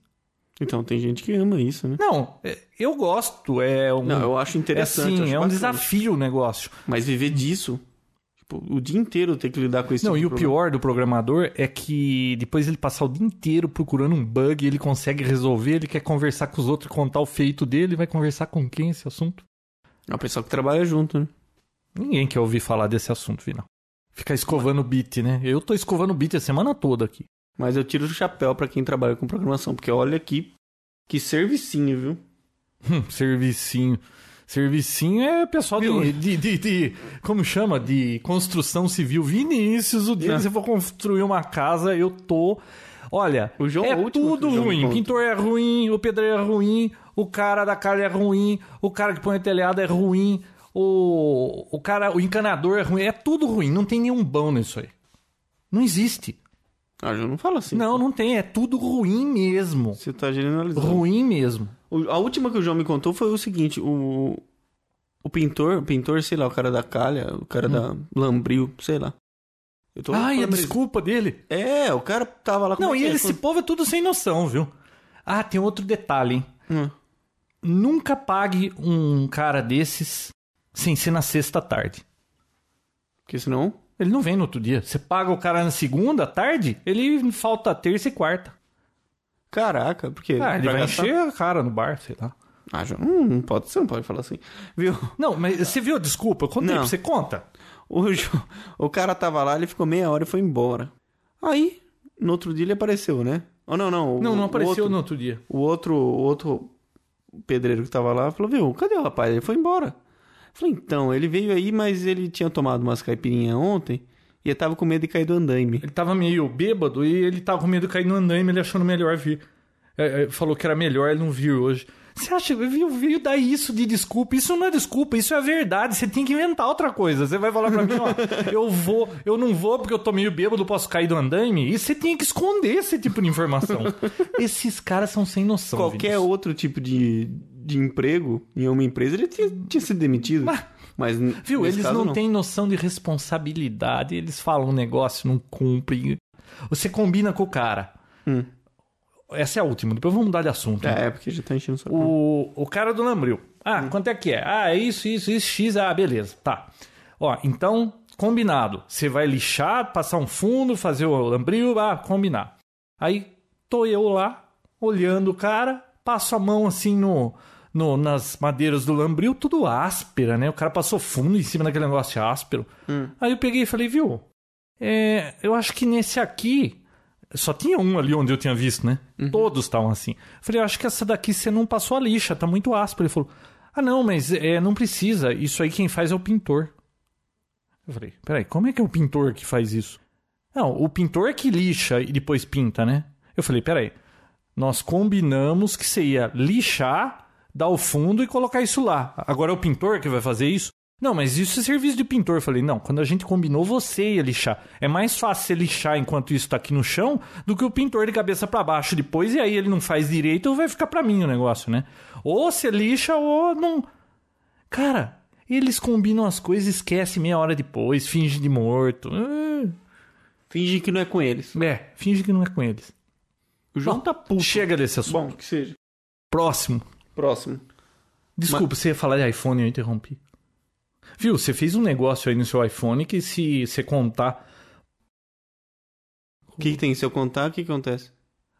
[SPEAKER 1] Então tem gente que ama isso, né?
[SPEAKER 2] Não, é- eu gosto. É um,
[SPEAKER 1] Não, eu acho interessante.
[SPEAKER 2] É, sim,
[SPEAKER 1] acho
[SPEAKER 2] é um
[SPEAKER 1] bacana.
[SPEAKER 2] desafio o negócio.
[SPEAKER 1] Mas viver disso, tipo, o dia inteiro ter que lidar com tipo isso.
[SPEAKER 2] Não, e o pior do programador é que depois ele passar o dia inteiro procurando um bug, ele consegue resolver, ele quer conversar com os outros, contar o feito dele, vai conversar com quem esse assunto?
[SPEAKER 1] É o pessoal que trabalha junto, né?
[SPEAKER 2] Ninguém quer ouvir falar desse assunto, Vinal. Ficar escovando bit, né? Eu tô escovando bit a semana toda aqui.
[SPEAKER 1] Mas eu tiro o chapéu pra quem trabalha com programação, porque olha aqui, que servicinho, viu?
[SPEAKER 2] Hum, servicinho. Servicinho é pessoal de, de, de- de- Como chama? De construção civil. Vinícius, o dia
[SPEAKER 1] Não.
[SPEAKER 2] que você for construir uma casa, eu tô. Olha,
[SPEAKER 1] O João
[SPEAKER 2] é
[SPEAKER 1] é o último que
[SPEAKER 2] tudo
[SPEAKER 1] o João
[SPEAKER 2] ruim.
[SPEAKER 1] conta.
[SPEAKER 2] Pintor é ruim, o pedreiro é ruim, o cara da cara é ruim, o cara que põe o telhado é ruim, o, o cara, o encanador é ruim. É tudo ruim, não tem nenhum bom nisso aí. Não existe.
[SPEAKER 1] Ah, eu não falo assim.
[SPEAKER 2] Não, não tem. É tudo ruim mesmo.
[SPEAKER 1] Você tá generalizando.
[SPEAKER 2] Ruim mesmo.
[SPEAKER 1] O- A última que o João me contou foi o seguinte: o, o pintor, o pintor, sei lá, o cara da calha, o cara da lambril, sei lá. Eu tô
[SPEAKER 2] Hum. Ai, a
[SPEAKER 1] falando-
[SPEAKER 2] desculpa dele.
[SPEAKER 1] É, o cara tava lá com
[SPEAKER 2] Não, e
[SPEAKER 1] ele
[SPEAKER 2] esse povo é tudo sem noção, viu? Ah, tem outro detalhe, hein?
[SPEAKER 1] Hum.
[SPEAKER 2] Nunca pague um cara desses sem ser na sexta à tarde.
[SPEAKER 1] Porque senão.
[SPEAKER 2] Ele não vem no outro dia. Você paga o cara na segunda à tarde, ele falta terça e quarta.
[SPEAKER 1] Caraca, porque.
[SPEAKER 2] Ah, ele
[SPEAKER 1] pra
[SPEAKER 2] vai
[SPEAKER 1] gastar-
[SPEAKER 2] encher a cara no bar, sei lá.
[SPEAKER 1] Ah, João, hum, não pode, você não pode falar assim. Viu?
[SPEAKER 2] Não, mas você viu? Desculpa, eu contei
[SPEAKER 1] Não.
[SPEAKER 2] pra você. Conta.
[SPEAKER 1] O, João- o cara tava lá, ele ficou meia hora e foi embora. Aí, no outro dia ele apareceu, né? Ou não, não. o-
[SPEAKER 2] Não, não
[SPEAKER 1] o
[SPEAKER 2] apareceu
[SPEAKER 1] outro-
[SPEAKER 2] no outro dia.
[SPEAKER 1] O outro, o outro pedreiro que tava lá falou: Viu, cadê o rapaz? Ele foi embora. Eu Falei: Então, ele veio aí, mas ele tinha tomado umas caipirinhas ontem e eu tava com medo de cair do andaime.
[SPEAKER 2] Ele tava meio bêbado e ele tava com medo de cair no andaime, ele achando melhor vir. É, é, falou que era melhor ele não vir hoje. Você acha, viu, veio dar isso de desculpa? Isso não é desculpa, isso é a verdade. Você tem que inventar outra coisa. Você vai falar pra mim, ó, eu vou, eu não vou porque eu tô meio bêbado, posso cair do andaime? E você tem que esconder esse tipo de informação. Esses caras são sem noção.
[SPEAKER 1] Qualquer
[SPEAKER 2] Vinícius.
[SPEAKER 1] outro tipo de, de emprego em uma empresa, ele tinha, tinha sido demitido.
[SPEAKER 2] Mas-
[SPEAKER 1] Mas, n-
[SPEAKER 2] Viu,
[SPEAKER 1] nesse
[SPEAKER 2] eles
[SPEAKER 1] caso,
[SPEAKER 2] não, têm noção de responsabilidade, eles falam um negócio, não cumprem. Você combina com o cara.
[SPEAKER 1] Hum.
[SPEAKER 2] Essa é a última, depois vamos mudar de assunto. né?
[SPEAKER 1] É, é, porque já tá enchendo o saco.
[SPEAKER 2] O, o cara do Lambril. Ah, quanto é que é? Ah, é isso, isso, isso, X. Ah, beleza, tá. Ó, então, combinado. Você vai lixar, passar um fundo, fazer o Lambril, ah, combinar. Aí, tô eu lá, olhando o cara, passo a mão assim no, no- nas madeiras do lambril, tudo áspera, né? O cara passou fundo em cima daquele negócio áspero. Aí eu peguei e falei, viu? é, eu acho que nesse aqui. Só tinha um ali onde eu tinha visto, né? Todos estavam assim. Falei, eu acho que essa daqui você não passou a lixa, tá muito áspera. Ele falou, ah, não, mas é, não precisa. Isso aí quem faz é o pintor. Eu falei, peraí, como é que é o pintor que faz isso? Não, o pintor é que lixa e depois pinta, né? Eu falei, peraí, nós combinamos que você ia lixar, dar o fundo e colocar isso lá. Agora é o pintor que vai fazer isso? Não, mas isso é serviço de pintor. Eu falei, não, quando a gente combinou, você ia lixar. É mais fácil você lixar enquanto isso tá aqui no chão do que o pintor de cabeça para baixo depois, e aí ele não faz direito ou vai ficar pra mim o negócio, né? Ou você lixa ou não. Cara, eles combinam as coisas, esquece meia hora depois, finge de morto. Ah.
[SPEAKER 1] Finge que não é com eles.
[SPEAKER 2] É, finge que não é com eles.
[SPEAKER 1] O João tá puto.
[SPEAKER 2] Chega desse assunto.
[SPEAKER 1] Bom, que seja.
[SPEAKER 2] Próximo.
[SPEAKER 1] Próximo.
[SPEAKER 2] Desculpa, você ia falar de iPhone, eu interrompi. Viu, você fez um negócio aí no seu iPhone que se você contar...
[SPEAKER 1] O que, que tem? Se eu contar, o que que acontece?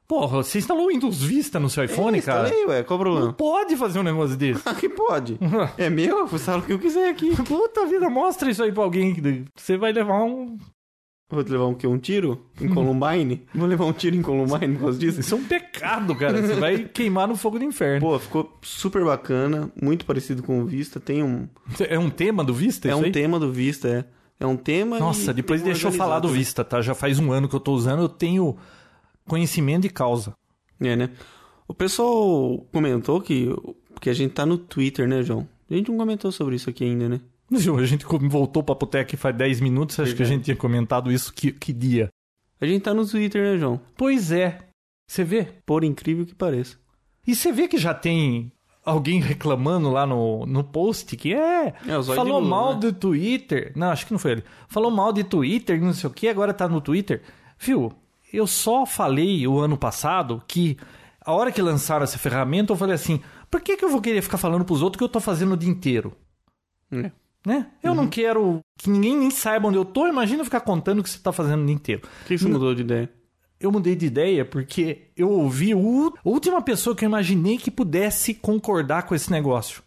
[SPEAKER 2] Porra, você instalou o Windows Vista no
[SPEAKER 1] É,
[SPEAKER 2] seu iPhone,
[SPEAKER 1] Isso,
[SPEAKER 2] cara?
[SPEAKER 1] Falei, ué, qual o
[SPEAKER 2] Não
[SPEAKER 1] problema?
[SPEAKER 2] pode fazer um negócio desse.
[SPEAKER 1] Ah, que pode. É meu, eu falo o que eu quiser aqui.
[SPEAKER 2] Puta vida, mostra isso aí pra alguém. que Você vai levar um...
[SPEAKER 1] Vou te levar um quê? Um tiro? Em Columbine? Vou levar um tiro em Columbine por causa disso?
[SPEAKER 2] Isso é um pecado, cara. Você vai queimar no fogo do inferno.
[SPEAKER 1] Pô, ficou super bacana, muito parecido com o Vista. Tem um.
[SPEAKER 2] É um tema do Vista
[SPEAKER 1] é
[SPEAKER 2] isso
[SPEAKER 1] um
[SPEAKER 2] aí?
[SPEAKER 1] tema do Vista, é. É um tema. e-
[SPEAKER 2] Nossa, depois
[SPEAKER 1] e
[SPEAKER 2] deixa eu falar do
[SPEAKER 1] organizado. né?
[SPEAKER 2] Vista, tá? Já faz um ano que eu tô usando, eu tenho conhecimento de causa.
[SPEAKER 1] É, né? O pessoal comentou que, que a gente tá no Twitter, né, João? A gente não comentou sobre isso aqui ainda, né?
[SPEAKER 2] Gil, a gente como voltou pra Poteca faz 10 minutos, acho que a gente tinha comentado isso que, que dia.
[SPEAKER 1] A gente tá no Twitter, né, João?
[SPEAKER 2] Pois é. Você vê?
[SPEAKER 1] Por incrível que pareça.
[SPEAKER 2] E você vê que já tem alguém reclamando lá no, no post que é.
[SPEAKER 1] É, o Zóio
[SPEAKER 2] falou
[SPEAKER 1] de Lula,
[SPEAKER 2] mal
[SPEAKER 1] né?
[SPEAKER 2] do Twitter. Não, acho que não foi ele. Falou mal de Twitter, não sei o que, agora tá no Twitter. Viu? Eu só falei o ano passado que a hora que lançaram essa ferramenta, eu falei assim: por que, que eu vou querer ficar falando pros outros que eu tô fazendo o dia inteiro?
[SPEAKER 1] É.
[SPEAKER 2] Né? Eu não quero que ninguém nem saiba onde eu tô. Imagina eu ficar contando o que você tá fazendo o dia inteiro.
[SPEAKER 1] Por que você mudou de ideia?
[SPEAKER 2] Eu mudei de ideia porque eu ouvi o- a última pessoa que eu imaginei que pudesse concordar com esse negócio.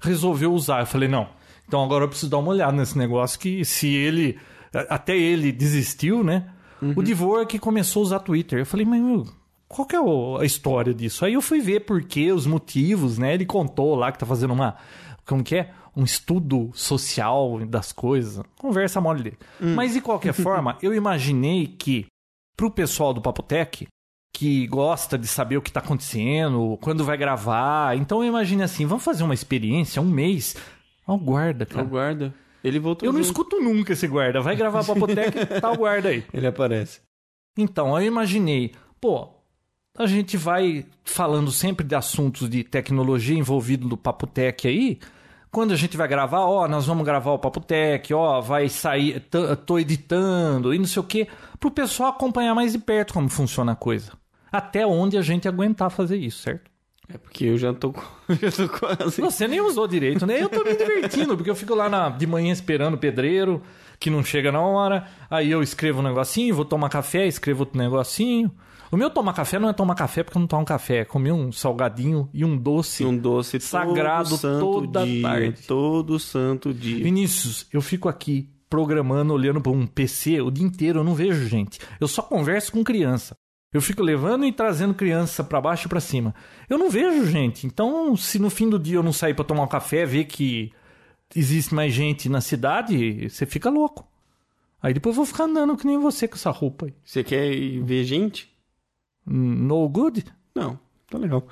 [SPEAKER 2] Resolveu usar. Eu falei, não, então agora eu preciso dar uma olhada nesse negócio que se ele... a- Até ele desistiu, né? O Divor que começou a usar Twitter. Eu falei, mas meu, qual que é o- a história disso? Aí eu fui ver por quê, os motivos, né? Ele contou lá que tá fazendo uma... Como que é? Um estudo social das coisas. Conversa mole dele. Mas de qualquer forma, eu imaginei que pro pessoal do Papotec que gosta de saber o que tá acontecendo, quando vai gravar. Então eu imagino assim, vamos fazer uma experiência, um mês. Ó, o guarda, cara.
[SPEAKER 1] O guarda. Ele voltou.
[SPEAKER 2] Ah. Eu não
[SPEAKER 1] junto.
[SPEAKER 2] escuto nunca esse guarda. Vai gravar Papotec, tá o guarda aí.
[SPEAKER 1] Ele aparece.
[SPEAKER 2] Então, eu imaginei, pô, a gente vai falando sempre de assuntos de tecnologia envolvido do Papo Tech aí. Quando a gente vai gravar, ó, nós vamos gravar o Papo Tech, ó, vai sair, t- tô editando e não sei o quê, pro pessoal acompanhar mais de perto como funciona a coisa. Até onde a gente aguentar fazer isso, certo?
[SPEAKER 1] É porque eu já tô, já tô quase.
[SPEAKER 2] Você nem usou direito, né? Eu tô me divertindo, porque eu fico lá na- de manhã esperando o pedreiro, que não chega na hora. Aí eu escrevo um negocinho, vou tomar café, escrevo outro negocinho. O meu tomar café não é tomar café porque eu não tomo café, é comer um salgadinho e um doce.
[SPEAKER 1] um doce
[SPEAKER 2] Sagrado
[SPEAKER 1] todo santo
[SPEAKER 2] toda
[SPEAKER 1] dia,
[SPEAKER 2] tarde.
[SPEAKER 1] todo santo dia.
[SPEAKER 2] Vinícius, eu fico aqui programando, olhando pra um PC o dia inteiro, eu não vejo gente. Eu só converso com criança. Eu fico levando e trazendo criança pra baixo e pra cima. Eu não vejo gente. Então, se no fim do dia eu não sair pra tomar um café, ver que existe mais gente na cidade, você fica louco. Aí depois eu vou ficar andando que nem você com essa roupa aí.
[SPEAKER 1] Você quer ir ver gente?
[SPEAKER 2] No good?
[SPEAKER 1] Não, tá legal.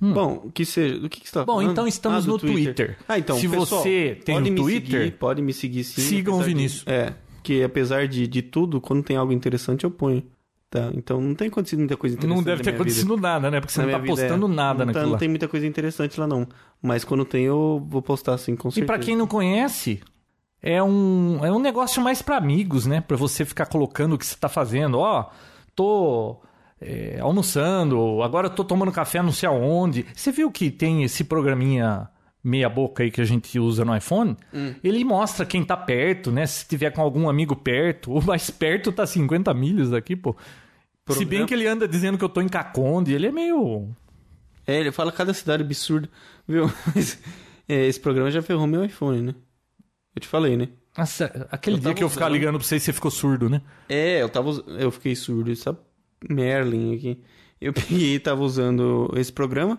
[SPEAKER 1] Bom, que seja. Do que, que você tá
[SPEAKER 2] Hum. Bom,
[SPEAKER 1] falando?
[SPEAKER 2] então estamos
[SPEAKER 1] do
[SPEAKER 2] no Twitter.
[SPEAKER 1] Ah, então,
[SPEAKER 2] Se
[SPEAKER 1] pessoal,
[SPEAKER 2] você tem
[SPEAKER 1] pode
[SPEAKER 2] o
[SPEAKER 1] me
[SPEAKER 2] Twitter,
[SPEAKER 1] seguir, pode me seguir sim.
[SPEAKER 2] sigam o
[SPEAKER 1] apesar de-
[SPEAKER 2] Vinícius.
[SPEAKER 1] é, que apesar de, de tudo, quando tem algo interessante, eu ponho. Tá, então não tem acontecido muita coisa interessante.
[SPEAKER 2] Não deve
[SPEAKER 1] na
[SPEAKER 2] ter
[SPEAKER 1] minha vida.
[SPEAKER 2] acontecido nada, né? Porque você
[SPEAKER 1] Na
[SPEAKER 2] não tá
[SPEAKER 1] minha vida, é.
[SPEAKER 2] postando nada
[SPEAKER 1] não tá-
[SPEAKER 2] naquilo
[SPEAKER 1] Não
[SPEAKER 2] lá.
[SPEAKER 1] tem muita coisa interessante lá, não. Mas quando tem, eu vou postar assim, com
[SPEAKER 2] E
[SPEAKER 1] certeza.
[SPEAKER 2] pra quem não conhece, é um, é um negócio mais pra amigos, né? Pra você ficar colocando o que você tá fazendo. Ó, tô é, almoçando, agora eu tô tomando café não sei aonde. Você viu que tem esse programinha meia boca aí que a gente usa no iPhone?
[SPEAKER 1] Hum.
[SPEAKER 2] Ele mostra quem tá perto, né? Se tiver com algum amigo perto, o mais perto tá 50 milhas daqui, pô. Se bem
[SPEAKER 1] Programa-
[SPEAKER 2] que ele anda dizendo que eu tô em Caconde, ele é meio
[SPEAKER 1] É, ele fala cada cidade absurda, viu? Mas é, esse programa já ferrou meu iPhone, né? Eu te falei, né?
[SPEAKER 2] Nossa, aquele
[SPEAKER 1] Eu
[SPEAKER 2] dia
[SPEAKER 1] tava
[SPEAKER 2] que eu ficar
[SPEAKER 1] usando.
[SPEAKER 2] ligando pra vocês, você ficou surdo, né?
[SPEAKER 1] É, eu tava. us- Eu fiquei surdo, essa Merlin aqui. Eu peguei e tava usando esse programa.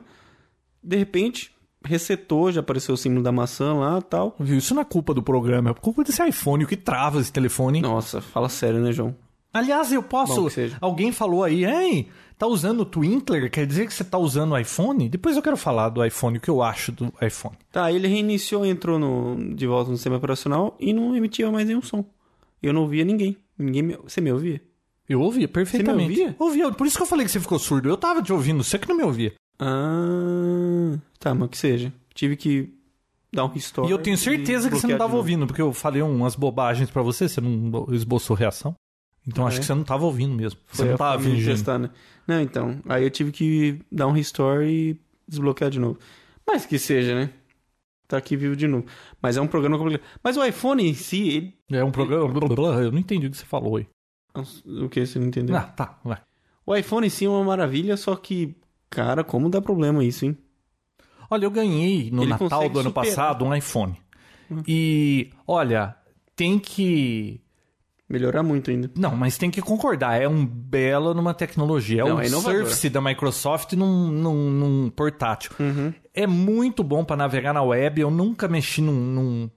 [SPEAKER 1] De repente, resetou, já apareceu o símbolo da maçã lá tal.
[SPEAKER 2] Viu? Isso não é culpa do programa, é culpa desse iPhone, o que trava esse telefone.
[SPEAKER 1] Nossa, fala sério, né, João?
[SPEAKER 2] Aliás, eu posso.
[SPEAKER 1] Bom que seja.
[SPEAKER 2] Alguém falou aí, hein? Tá usando o Twinkler? Quer dizer que você tá usando o iPhone? Depois eu quero falar do iPhone, o que eu acho do iPhone.
[SPEAKER 1] Tá, ele reiniciou, entrou no, de volta no sistema operacional e não emitia mais nenhum som. Eu não ouvia ninguém. ninguém me- você me ouvia?
[SPEAKER 2] Eu ouvia perfeitamente.
[SPEAKER 1] ouvia?
[SPEAKER 2] Ouvia, por isso que eu falei que você ficou surdo. Eu tava te ouvindo, você que não me ouvia.
[SPEAKER 1] Ah, tá, mas que seja. Tive que dar um restore.
[SPEAKER 2] E eu tenho certeza que você não
[SPEAKER 1] bloquear de
[SPEAKER 2] tava
[SPEAKER 1] novo.
[SPEAKER 2] ouvindo, porque eu falei um, umas bobagens pra você, você não esboçou reação. Então acho
[SPEAKER 1] É.
[SPEAKER 2] que você não tava ouvindo mesmo. Você
[SPEAKER 1] Foi
[SPEAKER 2] não
[SPEAKER 1] a-
[SPEAKER 2] tava
[SPEAKER 1] me
[SPEAKER 2] fingindo.
[SPEAKER 1] testar, né? Não, então. Aí eu tive que dar um restore e desbloquear de novo. Mas que seja, né? Tá aqui vivo de novo. Mas é um programa complicado. Mas o iPhone em si, ele...
[SPEAKER 2] É um programa. blá, blá, blá, eu não entendi o que você falou aí.
[SPEAKER 1] o que você não entendeu?
[SPEAKER 2] Ah, tá, vai.
[SPEAKER 1] O iPhone em si é uma maravilha, só que, cara, como dá problema isso, hein?
[SPEAKER 2] Olha, eu ganhei no
[SPEAKER 1] Ele
[SPEAKER 2] Natal
[SPEAKER 1] consegue
[SPEAKER 2] do ano
[SPEAKER 1] superar. Hum.
[SPEAKER 2] passado um iPhone. E, olha, tem que.
[SPEAKER 1] Melhorar muito ainda.
[SPEAKER 2] Não, mas tem que concordar. É um belo numa tecnologia. É
[SPEAKER 1] Não,
[SPEAKER 2] um
[SPEAKER 1] é inovador.
[SPEAKER 2] Surface da Microsoft num, num, num portátil. É muito bom pra navegar na web. Eu nunca mexi num, num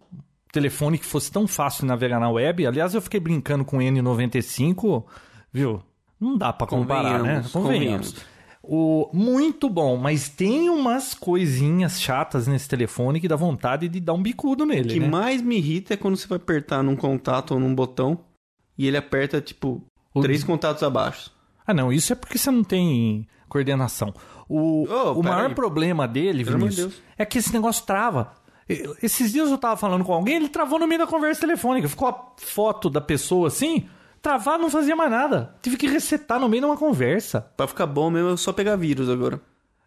[SPEAKER 2] telefone que fosse tão fácil navegar na web. Aliás, eu fiquei brincando com o N95, viu? Não dá pra comparar, né?
[SPEAKER 1] Convenhamos,
[SPEAKER 2] Convenhamos.
[SPEAKER 1] convenhamos.
[SPEAKER 2] O, muito bom, mas tem umas coisinhas chatas nesse telefone que dá vontade de dar um bicudo
[SPEAKER 1] O
[SPEAKER 2] nele,
[SPEAKER 1] que
[SPEAKER 2] né?
[SPEAKER 1] mais me irrita é quando você vai apertar num contato ou num botão e ele aperta, tipo,
[SPEAKER 2] O-
[SPEAKER 1] três contatos abaixo.
[SPEAKER 2] Ah, não, isso é porque você não tem coordenação. O,
[SPEAKER 1] Oh,
[SPEAKER 2] o
[SPEAKER 1] pera
[SPEAKER 2] maior
[SPEAKER 1] aí.
[SPEAKER 2] problema dele,
[SPEAKER 1] Pelo amor de
[SPEAKER 2] Vinícius, é que esse negócio trava. E- Esses dias eu tava falando com alguém, ele travou no meio da conversa telefônica. Ficou a foto da pessoa assim, travar não fazia mais nada. Tive que resetar no meio de uma conversa.
[SPEAKER 1] Pra ficar bom mesmo, eu só pegar vírus agora.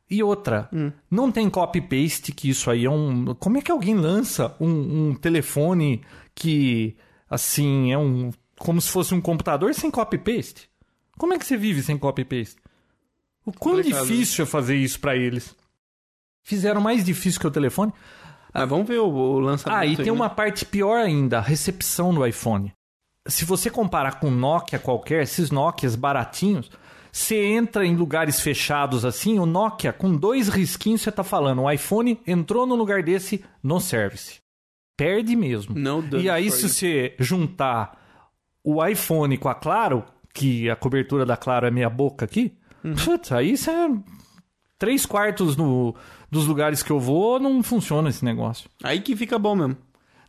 [SPEAKER 2] E outra, não tem copy-paste que isso aí é um... Como é que alguém lança um, um telefone que, assim, é um... Como se fosse um computador sem copy-paste? Como é que você vive sem copy-paste? O quão
[SPEAKER 1] Complicado.
[SPEAKER 2] difícil é fazer isso pra eles? Fizeram mais difícil que o telefone.
[SPEAKER 1] Mas Ah, vamos ver o, o lançamento.
[SPEAKER 2] Ah, e
[SPEAKER 1] aí,
[SPEAKER 2] tem
[SPEAKER 1] né?
[SPEAKER 2] uma parte pior ainda, a recepção do iPhone. Se você comparar com Nokia qualquer, esses Nokias baratinhos, você entra em lugares fechados assim, o Nokia com dois risquinhos você tá falando, o iPhone entrou no lugar desse, no service. Perde mesmo.
[SPEAKER 1] No done
[SPEAKER 2] e aí
[SPEAKER 1] for
[SPEAKER 2] se
[SPEAKER 1] you.
[SPEAKER 2] você juntar o iPhone com a Claro, que a cobertura da Claro é meia boca aqui,
[SPEAKER 1] Uhum.
[SPEAKER 2] putz, aí você... é Três quartos no- dos lugares que eu vou, não funciona esse negócio.
[SPEAKER 1] Aí que fica bom mesmo.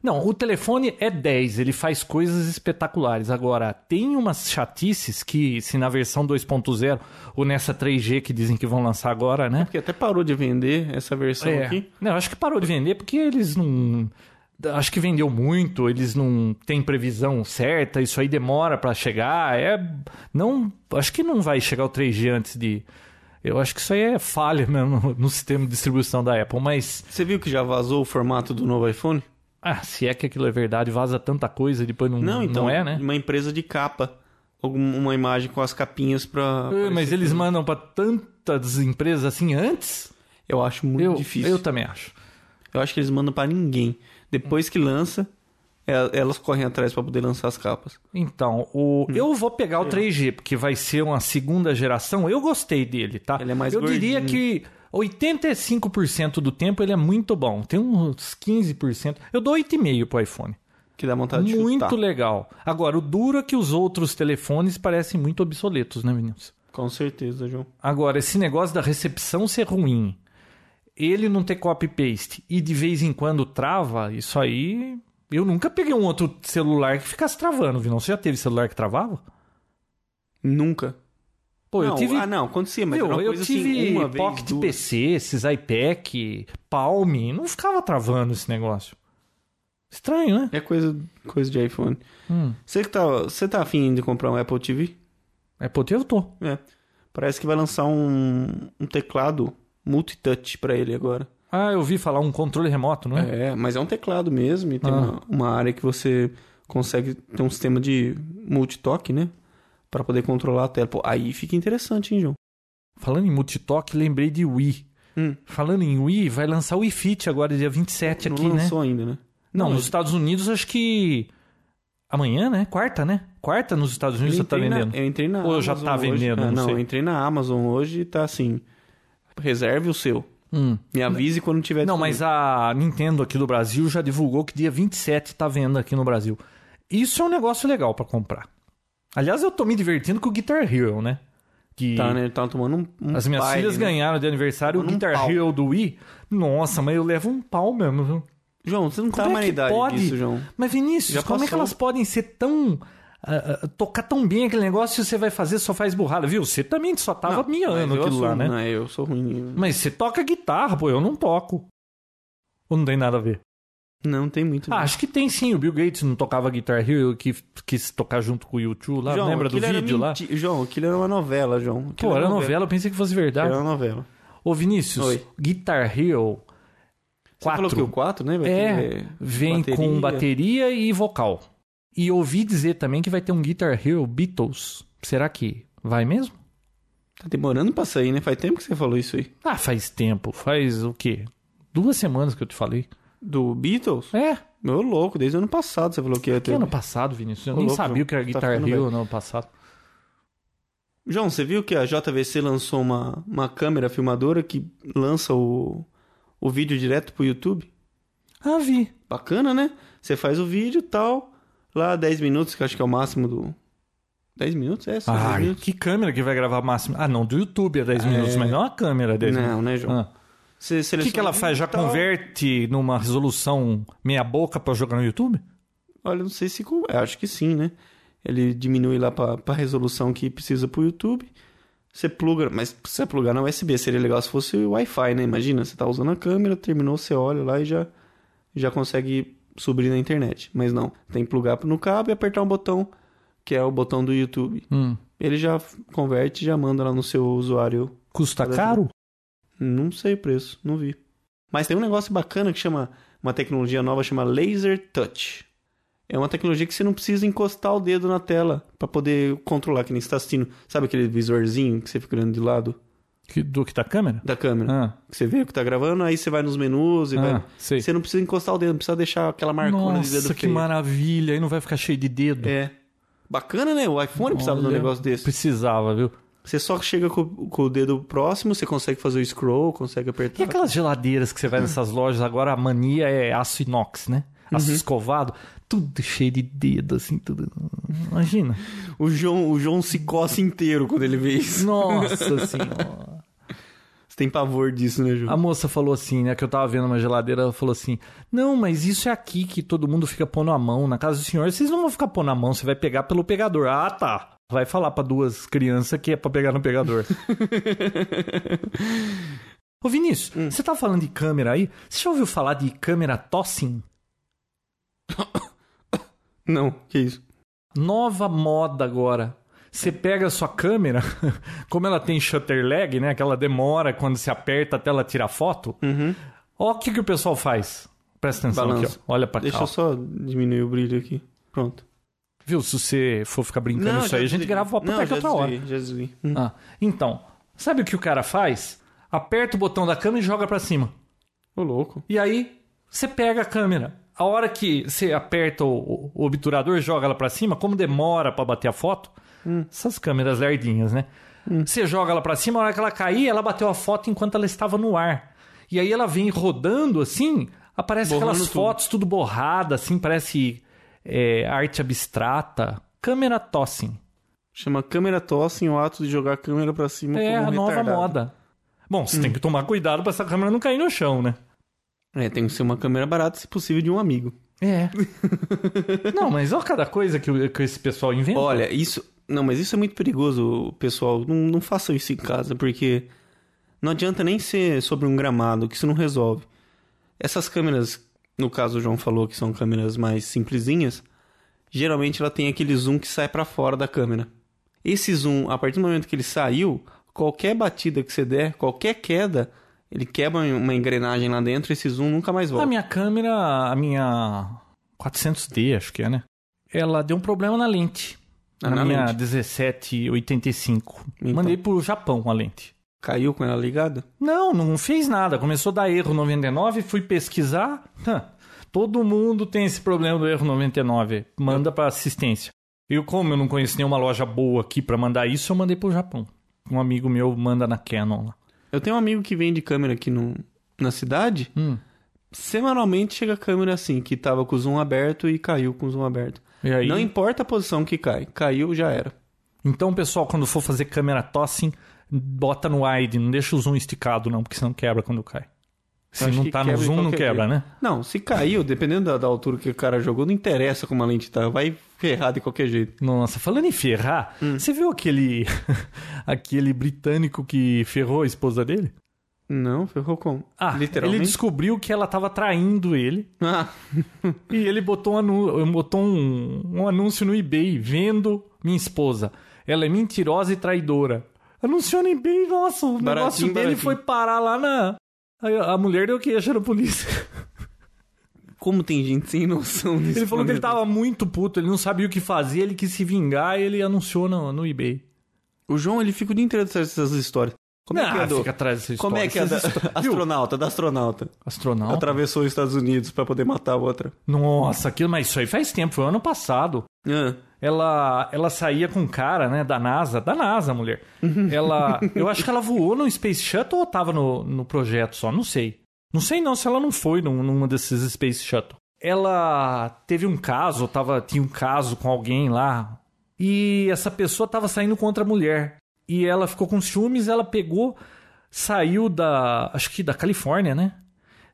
[SPEAKER 2] Não, o telefone é 10, ele faz coisas espetaculares. Agora, tem umas chatices que, se na versão 2.0 ou nessa 3G que dizem que vão lançar agora, né?
[SPEAKER 1] Porque até parou de vender essa versão
[SPEAKER 2] É.
[SPEAKER 1] aqui.
[SPEAKER 2] Não, acho que parou de vender porque eles não. Acho que vendeu muito, eles não têm previsão certa, isso aí demora pra chegar. É, não, acho que não vai chegar o 3G antes de. Eu acho que isso aí é falha mesmo no- no sistema de distribuição da Apple, mas
[SPEAKER 1] Você viu que já vazou o formato do novo iPhone?
[SPEAKER 2] ah, se é que aquilo é verdade, vaza tanta coisa e depois não,
[SPEAKER 1] Não, então.
[SPEAKER 2] não é, né?
[SPEAKER 1] Uma empresa de capa. Algum- Uma imagem com as capinhas pra.
[SPEAKER 2] É,
[SPEAKER 1] pra-
[SPEAKER 2] mas eles mandam pra tantas empresas assim antes?
[SPEAKER 1] Eu acho muito
[SPEAKER 2] Eu,
[SPEAKER 1] difícil.
[SPEAKER 2] eu
[SPEAKER 1] Eu...
[SPEAKER 2] também acho.
[SPEAKER 1] acho que eles mandam pra ninguém. Depois que lança, é- elas correm atrás pra poder lançar as capas.
[SPEAKER 2] Então, o,
[SPEAKER 1] Hum.
[SPEAKER 2] eu vou pegar o
[SPEAKER 1] É.
[SPEAKER 2] 3G, porque vai ser uma segunda geração. Eu gostei dele, tá?
[SPEAKER 1] Ele é mais
[SPEAKER 2] eu diria que 85% do tempo ele é muito bom. Tem uns 15%. Eu dou 8,5% pro iPhone.
[SPEAKER 1] Que dá vontade de
[SPEAKER 2] muito
[SPEAKER 1] Tá, chutar.
[SPEAKER 2] legal. Agora, o duro é que os outros telefones parecem muito obsoletos, né, meninos?
[SPEAKER 1] Com certeza, João.
[SPEAKER 2] Agora, esse negócio da recepção ser ruim, ele não ter copy-paste e de vez em quando trava, isso aí. Eu nunca peguei um outro celular que ficasse travando, Vinão. Você já teve celular que travava?
[SPEAKER 1] Nunca.
[SPEAKER 2] Pô,
[SPEAKER 1] não,
[SPEAKER 2] eu tive.
[SPEAKER 1] Ah, não, acontecia, mas
[SPEAKER 2] Meu,
[SPEAKER 1] era uma
[SPEAKER 2] eu
[SPEAKER 1] coisa
[SPEAKER 2] tive
[SPEAKER 1] assim, uma vez,
[SPEAKER 2] Pocket
[SPEAKER 1] duas.
[SPEAKER 2] PC, esses iPack, Palm, não ficava travando esse negócio. Estranho, né?
[SPEAKER 1] É coisa, coisa de iPhone.
[SPEAKER 2] Hum.
[SPEAKER 1] Você que tá, você tá afim de comprar um Apple TV?
[SPEAKER 2] É, pô, eu tô.
[SPEAKER 1] É. Parece que vai lançar um, um teclado multitouch pra ele agora.
[SPEAKER 2] Ah, eu vi falar um controle remoto, não é?
[SPEAKER 1] É, mas é um teclado mesmo e tem
[SPEAKER 2] Ah.
[SPEAKER 1] uma, uma área que você consegue ter um sistema de multitoque, né? Pra poder controlar a tela. Pô, aí fica interessante, hein, João?
[SPEAKER 2] Falando em multitoque, lembrei de Wii. Falando em Wii, vai lançar o Wii Fit agora, dia
[SPEAKER 1] Hum.
[SPEAKER 2] 27
[SPEAKER 1] Não
[SPEAKER 2] aqui, né?
[SPEAKER 1] lançou ainda, né? Não,
[SPEAKER 2] Não, nos
[SPEAKER 1] ele-
[SPEAKER 2] Estados Unidos acho que amanhã, né? Quarta, né? Quarta nos Estados Unidos
[SPEAKER 1] Eu
[SPEAKER 2] você tá
[SPEAKER 1] entrei na-
[SPEAKER 2] vendendo.
[SPEAKER 1] eu entrei na
[SPEAKER 2] Ou já
[SPEAKER 1] Amazon
[SPEAKER 2] tá
[SPEAKER 1] hoje.
[SPEAKER 2] vendendo,
[SPEAKER 1] Ah,
[SPEAKER 2] não
[SPEAKER 1] não,
[SPEAKER 2] sei.
[SPEAKER 1] eu entrei na Amazon hoje e tá assim. Reserve o seu.
[SPEAKER 2] Hum.
[SPEAKER 1] Me avise quando tiver
[SPEAKER 2] Não, mas a Nintendo aqui do Brasil já divulgou que dia 27 tá vendo aqui no Brasil. Isso é um negócio legal pra comprar. Aliás, eu tô me divertindo com o Guitar Hero, né? Que
[SPEAKER 1] disponível. Tá, né? Tá tomando um, um
[SPEAKER 2] As minhas
[SPEAKER 1] baile,
[SPEAKER 2] filhas
[SPEAKER 1] né?
[SPEAKER 2] ganharam de aniversário o
[SPEAKER 1] Tomando um
[SPEAKER 2] Guitar
[SPEAKER 1] pau.
[SPEAKER 2] Hero do Wii. Nossa, mas eu levo um pau mesmo. viu?
[SPEAKER 1] João, você não tá
[SPEAKER 2] Como é
[SPEAKER 1] mais na
[SPEAKER 2] que
[SPEAKER 1] idade
[SPEAKER 2] pode?
[SPEAKER 1] disso, João.
[SPEAKER 2] Mas Vinícius,
[SPEAKER 1] Já
[SPEAKER 2] como é que
[SPEAKER 1] passou.
[SPEAKER 2] elas podem ser tão... ah, ah, tocar tão bem aquele negócio e você vai fazer só faz burrada, viu? Você também só tava
[SPEAKER 1] Não, mas
[SPEAKER 2] miando
[SPEAKER 1] eu
[SPEAKER 2] aquilo lá,
[SPEAKER 1] assumo,
[SPEAKER 2] né?
[SPEAKER 1] Não, eu sou um, ruim.
[SPEAKER 2] Mas você toca guitarra, pô, eu não toco. Ou não tem nada a ver?
[SPEAKER 1] Não tem muito.
[SPEAKER 2] Ah, acho que tem sim, o Bill Gates não tocava Guitar Hero, que quis tocar junto com o YouTube lá,
[SPEAKER 1] João,
[SPEAKER 2] lembra do
[SPEAKER 1] aquilo era
[SPEAKER 2] vídeo lá?
[SPEAKER 1] menti- João, aquilo era uma novela, João. Aquilo
[SPEAKER 2] Pô, era novela, eu pensei que fosse verdade.
[SPEAKER 1] Era uma novela.
[SPEAKER 2] Ô Vinícius,
[SPEAKER 1] Oi.
[SPEAKER 2] Guitar Hero
[SPEAKER 1] Você falou que o 4, né? vai
[SPEAKER 2] É,
[SPEAKER 1] ter
[SPEAKER 2] vem com bateria e vocal. E ouvi dizer também que vai ter um Guitar Hero Beatles. Será que vai mesmo?
[SPEAKER 1] Tá demorando pra sair, né? Faz tempo que você falou isso aí.
[SPEAKER 2] Ah, faz tempo, faz o quê? Duas semanas que eu te falei.
[SPEAKER 1] Do Beatles?
[SPEAKER 2] É,
[SPEAKER 1] Meu louco, desde o ano passado você falou que ia
[SPEAKER 2] que
[SPEAKER 1] ter.
[SPEAKER 2] ano passado, Vinícius? Eu
[SPEAKER 1] Ô,
[SPEAKER 2] nem
[SPEAKER 1] louco,
[SPEAKER 2] sabia o que era
[SPEAKER 1] tá
[SPEAKER 2] Guitar
[SPEAKER 1] ficando
[SPEAKER 2] Hero
[SPEAKER 1] velho.
[SPEAKER 2] no ano passado.
[SPEAKER 1] João, você viu que a JVC lançou uma, uma câmera filmadora que lança o, o vídeo direto pro YouTube?
[SPEAKER 2] Ah, vi.
[SPEAKER 1] Bacana, né? Você faz o vídeo e tal, lá 10 minutos, que eu acho que é o máximo do. 10 minutos? É, só 10
[SPEAKER 2] Ai,
[SPEAKER 1] minutos.
[SPEAKER 2] que câmera que vai gravar máximo? Ah, não, do YouTube é 10 minutos, mas não a câmera é 10 minutos.
[SPEAKER 1] Não, né, João?
[SPEAKER 2] Ah.
[SPEAKER 1] Você
[SPEAKER 2] O que,
[SPEAKER 1] seleciona
[SPEAKER 2] que ela faz? Já
[SPEAKER 1] tal.
[SPEAKER 2] converte numa resolução meia boca pra jogar no YouTube?
[SPEAKER 1] Olha, não sei se. com- eu Acho que sim, né? Ele diminui lá pra, pra resolução que precisa pro YouTube. Você pluga, mas precisa plugar na USB. Seria legal se fosse o Wi-Fi, né? Imagina, você tá usando a câmera, terminou, você olha lá e já, já consegue subir na internet. Mas não, tem que plugar no cabo e apertar um botão, que é o botão do YouTube.
[SPEAKER 2] Hum.
[SPEAKER 1] Ele já f- converte e já manda lá no seu usuário.
[SPEAKER 2] Custa
[SPEAKER 1] Parece-
[SPEAKER 2] caro?
[SPEAKER 1] Não sei o preço, não vi. Mas tem um negócio bacana que chama uma tecnologia nova chama Laser Touch. É uma tecnologia que você não precisa encostar o dedo na tela pra poder controlar que nem você tá assistindo. Sabe aquele visorzinho que você fica olhando de lado
[SPEAKER 2] Que- do que da câmera?
[SPEAKER 1] da câmera?
[SPEAKER 2] Ah,
[SPEAKER 1] Que você vê o que tá gravando, aí você vai nos menus e
[SPEAKER 2] ah,
[SPEAKER 1] vai.
[SPEAKER 2] sei.
[SPEAKER 1] Você não precisa encostar o dedo, não precisa deixar aquela marcona de dedo
[SPEAKER 2] Nossa, que
[SPEAKER 1] feio.
[SPEAKER 2] maravilha. Aí não vai ficar cheio de dedo.
[SPEAKER 1] É. Bacana, né? O iPhone precisava de um
[SPEAKER 2] Olha,
[SPEAKER 1] negócio desse.
[SPEAKER 2] Precisava, viu?
[SPEAKER 1] Você só chega com, com o dedo próximo, você consegue fazer o scroll, consegue apertar.
[SPEAKER 2] E aquelas geladeiras que você vai nessas lojas, agora a mania é aço inox, né?
[SPEAKER 1] Uhum.
[SPEAKER 2] Aço escovado, tudo cheio de dedo, assim, tudo. Imagina.
[SPEAKER 1] O João, o João se coça inteiro quando ele vê isso.
[SPEAKER 2] Nossa senhora.
[SPEAKER 1] Você tem pavor disso, né, João?
[SPEAKER 2] A moça falou assim, né? Que eu tava vendo uma geladeira, ela falou assim: Não, mas isso é aqui que todo mundo fica pondo a mão. Na casa do senhor, vocês não vão ficar pondo a mão, você vai pegar pelo pegador. Ah, tá. Vai falar pra duas crianças que é pra pegar no pegador. Ô Vinícius, você tá falando de câmera aí? Você já ouviu falar de câmera tossing?
[SPEAKER 1] Não, que isso?
[SPEAKER 2] Nova moda agora. Você pega a sua câmera, como ela tem shutter lag, né? Que ela demora quando se aperta até ela tirar foto. Ó, o que, que o pessoal faz? Presta atenção
[SPEAKER 1] Balança.
[SPEAKER 2] aqui, ó. Olha pra
[SPEAKER 1] Deixa
[SPEAKER 2] cá.
[SPEAKER 1] eu
[SPEAKER 2] ó.
[SPEAKER 1] só diminuir o brilho aqui. Pronto.
[SPEAKER 2] Viu? Se você for ficar brincando isso
[SPEAKER 1] já
[SPEAKER 2] aí, a gente
[SPEAKER 1] desliguei.
[SPEAKER 2] grava o
[SPEAKER 1] Não,
[SPEAKER 2] apoteca
[SPEAKER 1] já
[SPEAKER 2] outra hora.
[SPEAKER 1] desliguei, Já desliguei. Hum.
[SPEAKER 2] Ah, então, sabe o que o cara faz? Aperta o botão da câmera e joga pra cima.
[SPEAKER 1] Ô, louco.
[SPEAKER 2] E aí, você pega a câmera. A hora que você aperta o, o obturador, joga ela pra cima, como demora pra bater a foto,
[SPEAKER 1] Hum.
[SPEAKER 2] essas câmeras lerdinhas, né? Você joga ela pra cima, a hora que ela cair, ela bateu a foto enquanto ela estava no ar. E aí ela vem rodando assim, aparece
[SPEAKER 1] Borrando
[SPEAKER 2] aquelas
[SPEAKER 1] tudo.
[SPEAKER 2] fotos tudo borrada, assim, parece é, arte abstrata. Câmera tossing.
[SPEAKER 1] Chama câmera tosse em o ato de jogar a câmera pra cima
[SPEAKER 2] É
[SPEAKER 1] como
[SPEAKER 2] a
[SPEAKER 1] um
[SPEAKER 2] nova
[SPEAKER 1] retardado. Hum.
[SPEAKER 2] moda. Bom, você tem que tomar cuidado pra essa câmera não cair no chão, né?
[SPEAKER 1] É, tem que ser uma câmera barata, se possível, de um amigo.
[SPEAKER 2] É. não, mas olha cada coisa que, o- que esse pessoal inventa.
[SPEAKER 1] Olha, isso... Não, mas isso é muito perigoso, pessoal. Não, não façam isso em casa, porque... Não adianta nem ser sobre um gramado, que isso não resolve. Essas câmeras, no caso o João falou que são câmeras mais simplesinhas, geralmente ela tem aquele zoom que sai pra fora da câmera. Esse zoom, a partir do momento que ele saiu, qualquer batida que você der, qualquer queda, ele quebra uma engrenagem lá dentro e esse zoom nunca mais
[SPEAKER 2] a
[SPEAKER 1] volta.
[SPEAKER 2] minha câmera, a minha 400D, acho que é, né? Ela deu um problema na lente.
[SPEAKER 1] Ah,
[SPEAKER 2] na
[SPEAKER 1] na
[SPEAKER 2] minha
[SPEAKER 1] lente.
[SPEAKER 2] 1785.
[SPEAKER 1] Então.
[SPEAKER 2] Mandei pro Japão a lente.
[SPEAKER 1] Caiu com ela ligada?
[SPEAKER 2] Não, não fiz nada. Começou a dar erro 99, fui pesquisar. Hã, Todo mundo tem esse problema do erro 99. Manda para assistência. Eu, como eu não conheço nenhuma loja boa aqui para mandar isso, eu mandei pro Japão. Um amigo meu manda na Canon lá.
[SPEAKER 1] Eu tenho um amigo que vende câmera aqui no, na cidade.
[SPEAKER 2] Hum.
[SPEAKER 1] Semanalmente chega a câmera assim, que tava com o zoom aberto e caiu com o zoom aberto.
[SPEAKER 2] E aí?
[SPEAKER 1] Não importa a posição que cai, caiu, já era.
[SPEAKER 2] Então, pessoal, quando for fazer câmera tossing, bota no wide, não deixa o zoom esticado não, porque senão quebra quando cai. Se
[SPEAKER 1] Acho
[SPEAKER 2] não
[SPEAKER 1] que
[SPEAKER 2] tá no
[SPEAKER 1] quebra de
[SPEAKER 2] zoom, não
[SPEAKER 1] qualquer
[SPEAKER 2] quebra, né?
[SPEAKER 1] jeito. Não, se caiu, dependendo da, da altura que o cara jogou, não interessa como a lente tá, vai ferrar de qualquer jeito.
[SPEAKER 2] Nossa, falando em ferrar,
[SPEAKER 1] Hum.
[SPEAKER 2] você viu aquele aquele britânico que ferrou a esposa dele?
[SPEAKER 1] Não, ferrou como?
[SPEAKER 2] Ah, ele
[SPEAKER 1] literalmente.
[SPEAKER 2] descobriu que ela tava traindo ele
[SPEAKER 1] Ah,
[SPEAKER 2] e ele botou, um anu- botou um, um anúncio no eBay vendo minha esposa. Ela é mentirosa e traidora. Anunciou no eBay, nossa, o
[SPEAKER 1] Baratinho,
[SPEAKER 2] negócio dele
[SPEAKER 1] baratinho.
[SPEAKER 2] foi parar lá na. Aí A mulher deu queixa na polícia.
[SPEAKER 1] como tem gente sem noção disso?
[SPEAKER 2] Ele falou que ele
[SPEAKER 1] né?
[SPEAKER 2] tava muito puto, ele não sabia o que fazer, ele quis se vingar e ele anunciou no, no eBay.
[SPEAKER 1] O João, ele fica o dia inteiro atrás dessas histórias. Como é
[SPEAKER 2] Ah,
[SPEAKER 1] que é do...
[SPEAKER 2] fica atrás dessa história.
[SPEAKER 1] Como é que é da...
[SPEAKER 2] Essas histó- Viu?
[SPEAKER 1] astronauta, da astronauta?
[SPEAKER 2] Astronauta?
[SPEAKER 1] Atravessou os Estados Unidos pra poder matar a outra.
[SPEAKER 2] Nossa, aquilo, mas isso aí faz tempo, foi ano passado.
[SPEAKER 1] Ah,
[SPEAKER 2] Ela, ela saía com um cara, né, da NASA, da NASA, mulher. Ela, eu acho que ela voou no Space Shuttle ou tava no, no projeto só, não sei. Não sei não se ela não foi num- numa desses Space Shuttle. Ela teve um caso, tava, tinha um caso com alguém lá, e essa pessoa tava saindo com outra mulher. E ela ficou com ciúmes, ela pegou, saiu da, acho que da Califórnia, né?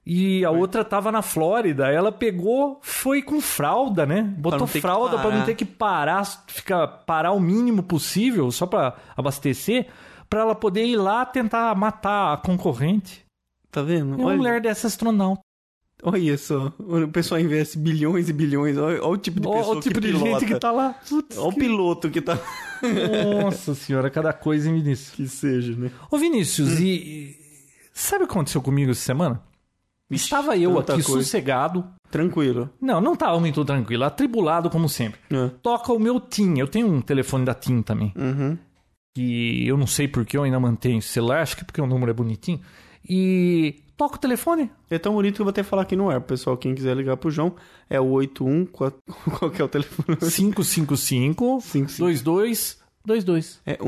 [SPEAKER 2] E a outra tava na Flórida, ela pegou, foi com fralda, né? Botou
[SPEAKER 1] não ter que
[SPEAKER 2] fralda pra não
[SPEAKER 1] parar.
[SPEAKER 2] ter que parar, ficar parar o mínimo possível só pra abastecer, pra ela poder ir lá tentar matar a concorrente.
[SPEAKER 1] tá vendo?
[SPEAKER 2] É uma
[SPEAKER 1] Olha-
[SPEAKER 2] mulher dessa astronauta.
[SPEAKER 1] Olha só, o pessoal investe bilhões e bilhões. Olha, olha o tipo de pessoa
[SPEAKER 2] Olha o tipo
[SPEAKER 1] que
[SPEAKER 2] de
[SPEAKER 1] pilota.
[SPEAKER 2] gente que tá lá. Putz,
[SPEAKER 1] Olha o piloto que tá.
[SPEAKER 2] nossa senhora, cada coisa, hein, Vinícius?
[SPEAKER 1] que seja, né?
[SPEAKER 2] Ô Vinícius, e, e- sabe o que aconteceu comigo essa semana? Estava eu
[SPEAKER 1] tanta
[SPEAKER 2] aqui
[SPEAKER 1] coisa.
[SPEAKER 2] sossegado.
[SPEAKER 1] Tranquilo.
[SPEAKER 2] Não, não estava muito tranquilo, atribulado como sempre.
[SPEAKER 1] É.
[SPEAKER 2] Toca o meu TIM, eu tenho um telefone da TIM também.
[SPEAKER 1] Uhum.
[SPEAKER 2] Que eu não sei porque eu ainda mantenho esse celular, acho que porque o número é bonitinho. E toca o telefone.
[SPEAKER 1] É tão bonito que eu vou até falar aqui no ar, pessoal. Quem quiser ligar pro João é o 81. Qual qual que é o telefone?
[SPEAKER 2] 555 2222.
[SPEAKER 1] É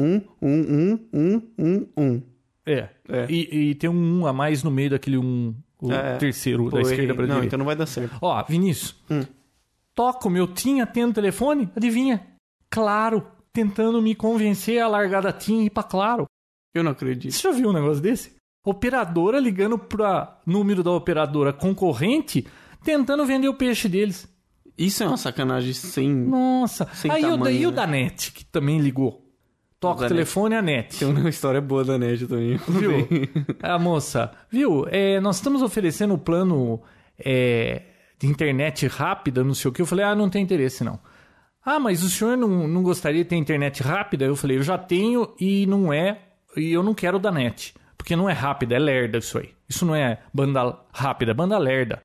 [SPEAKER 1] 1, 1, 1, 1, 1, 1.
[SPEAKER 2] É.
[SPEAKER 1] É.
[SPEAKER 2] E, e tem um 1 a mais no meio daquele um, o
[SPEAKER 1] É.
[SPEAKER 2] terceiro, da
[SPEAKER 1] Pô,
[SPEAKER 2] esquerda pra
[SPEAKER 1] Não,
[SPEAKER 2] direita.
[SPEAKER 1] então Hum. não vai dar certo.
[SPEAKER 2] Ó, Vinícius. Toca o meu TIM, atendo o telefone, adivinha? Claro, tentando me convencer a largar da TIM e ir pra Claro.
[SPEAKER 1] Eu não acredito.
[SPEAKER 2] Você já viu um negócio desse? Operadora ligando pra número da operadora concorrente, tentando vender o peixe deles.
[SPEAKER 1] Isso é uma sacanagem sem.
[SPEAKER 2] Nossa.
[SPEAKER 1] Sem
[SPEAKER 2] Aí o, da-
[SPEAKER 1] tamanho,
[SPEAKER 2] e o
[SPEAKER 1] né?
[SPEAKER 2] da NET, que também ligou. Toca o
[SPEAKER 1] Da
[SPEAKER 2] telefone, a NET.
[SPEAKER 1] Tem um uma história boa da Nerd também.
[SPEAKER 2] Viu? A moça, viu? É, nós estamos oferecendo o plano é, de internet rápida, não sei o que. Eu falei, ah, não tem interesse, não. Ah, mas o senhor não, não gostaria de ter internet rápida? Eu falei, eu já tenho e não é, e eu não quero da net. Porque não é rápida, é lerda isso aí. Isso não é banda rápida, é banda lerda.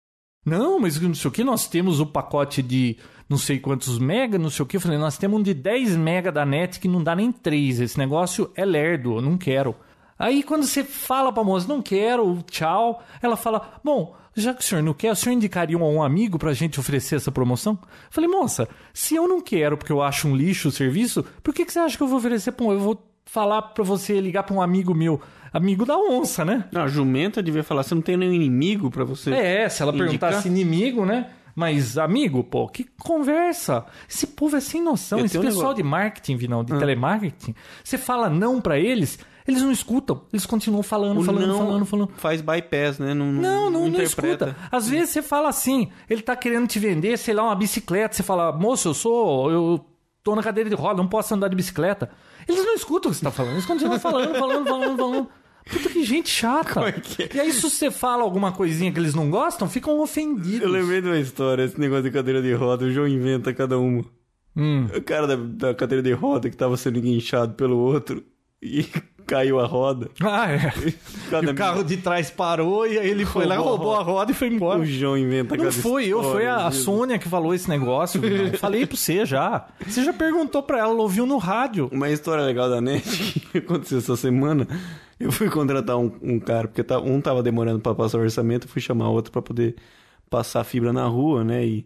[SPEAKER 2] Não, mas não sei o que, nós temos o pacote de não sei quantos mega, não sei o que. Eu falei, nós temos um de 10 mega da net que não dá nem 3. Esse negócio é lerdo, eu não quero. Aí quando você fala pra moça, não quero, tchau, ela fala, bom, já que o senhor não quer, o senhor indicaria um, um amigo pra gente oferecer essa promoção? Eu falei, moça, se eu não quero porque eu acho um lixo o serviço, por que, que você acha que eu vou oferecer? Pô, eu vou falar pra você ligar pra um amigo meu, amigo da onça, né?
[SPEAKER 1] Não, a jumenta devia falar: você não tem nenhum inimigo pra você.
[SPEAKER 2] É, se ela perguntasse inimigo, né? Mas amigo, pô, que conversa. Esse povo é sem noção.
[SPEAKER 1] Eu
[SPEAKER 2] Esse
[SPEAKER 1] tenho um Ah.
[SPEAKER 2] pessoal de marketing, Vinão, de telemarketing, você fala não pra eles, eles não escutam. Eles continuam falando,
[SPEAKER 1] O
[SPEAKER 2] falando,
[SPEAKER 1] não
[SPEAKER 2] falando, falando.
[SPEAKER 1] Faz bypass, né? Não,
[SPEAKER 2] Não, não, não
[SPEAKER 1] interpreta.
[SPEAKER 2] escuta. Às vezes você fala assim, ele tá querendo te vender, sei lá, uma bicicleta. Você fala, moço, eu sou. Eu tô na cadeira de roda, não posso andar de bicicleta. Eles não escutam o que você tá falando, eles continuam falando, falando, falando, falando. Puta que gente chata.
[SPEAKER 1] é que é?
[SPEAKER 2] E aí, se você fala alguma coisinha que eles não gostam, ficam ofendidos.
[SPEAKER 1] Eu lembrei de uma história, esse negócio de cadeira de roda, o João
[SPEAKER 2] Hum.
[SPEAKER 1] inventa cada uma. O cara da, da cadeira de roda que tava sendo guinchado pelo outro, e caiu a roda.
[SPEAKER 2] Ah, é.
[SPEAKER 1] Cada
[SPEAKER 2] E o carro de trás parou e aí ele foi lá,
[SPEAKER 1] Roubou a
[SPEAKER 2] roubou a roda e foi embora.
[SPEAKER 1] O João inventa
[SPEAKER 2] Não
[SPEAKER 1] cada
[SPEAKER 2] foi eu,
[SPEAKER 1] história,
[SPEAKER 2] foi a, a
[SPEAKER 1] Jesus.
[SPEAKER 2] Sônia que falou esse negócio. né? Falei pra você já. Você já perguntou pra ela, ela ouviu no rádio.
[SPEAKER 1] Uma história legal da net que aconteceu essa semana. Eu fui contratar um, um cara, porque tá- um tava demorando pra passar o orçamento, eu fui chamar outro pra poder passar fibra na rua, né? E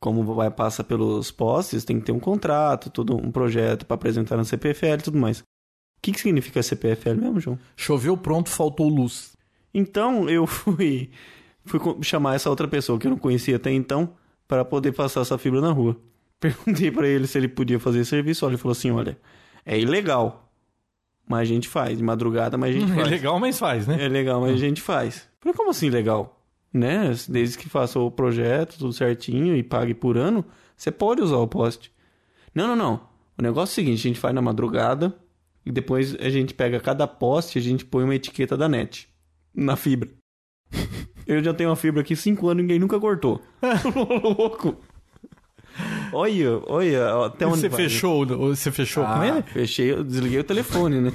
[SPEAKER 1] como vai passa pelos postes, tem que ter um contrato, todo um projeto pra apresentar na CPFL e tudo mais. O que, que significa CPFL mesmo, João?
[SPEAKER 2] Choveu pronto, faltou luz.
[SPEAKER 1] Então eu fui, fui co- chamar essa outra pessoa que eu não conhecia até então para poder passar essa fibra na rua. Perguntei para ele se ele podia fazer esse serviço. Olha, ele falou assim: olha, é ilegal, mas a gente faz. De madrugada, mas a gente
[SPEAKER 2] É
[SPEAKER 1] faz.
[SPEAKER 2] legal, mas faz, né?
[SPEAKER 1] É legal, mas a gente faz. Eu Falei, como assim legal? Né? Desde que faça o projeto, tudo certinho e pague por ano, você pode usar o poste. Não, não, não. O negócio é o seguinte, a gente faz na madrugada e depois a gente pega cada poste e a gente põe uma etiqueta da net na fibra. Eu já tenho uma fibra aqui cinco anos e ninguém nunca cortou. Louco. Olha, olha, até
[SPEAKER 2] E
[SPEAKER 1] onde
[SPEAKER 2] você
[SPEAKER 1] Então, vai.
[SPEAKER 2] fechou, o- você fechou com
[SPEAKER 1] Ah,
[SPEAKER 2] ele?
[SPEAKER 1] fechei, eu desliguei o telefone, né?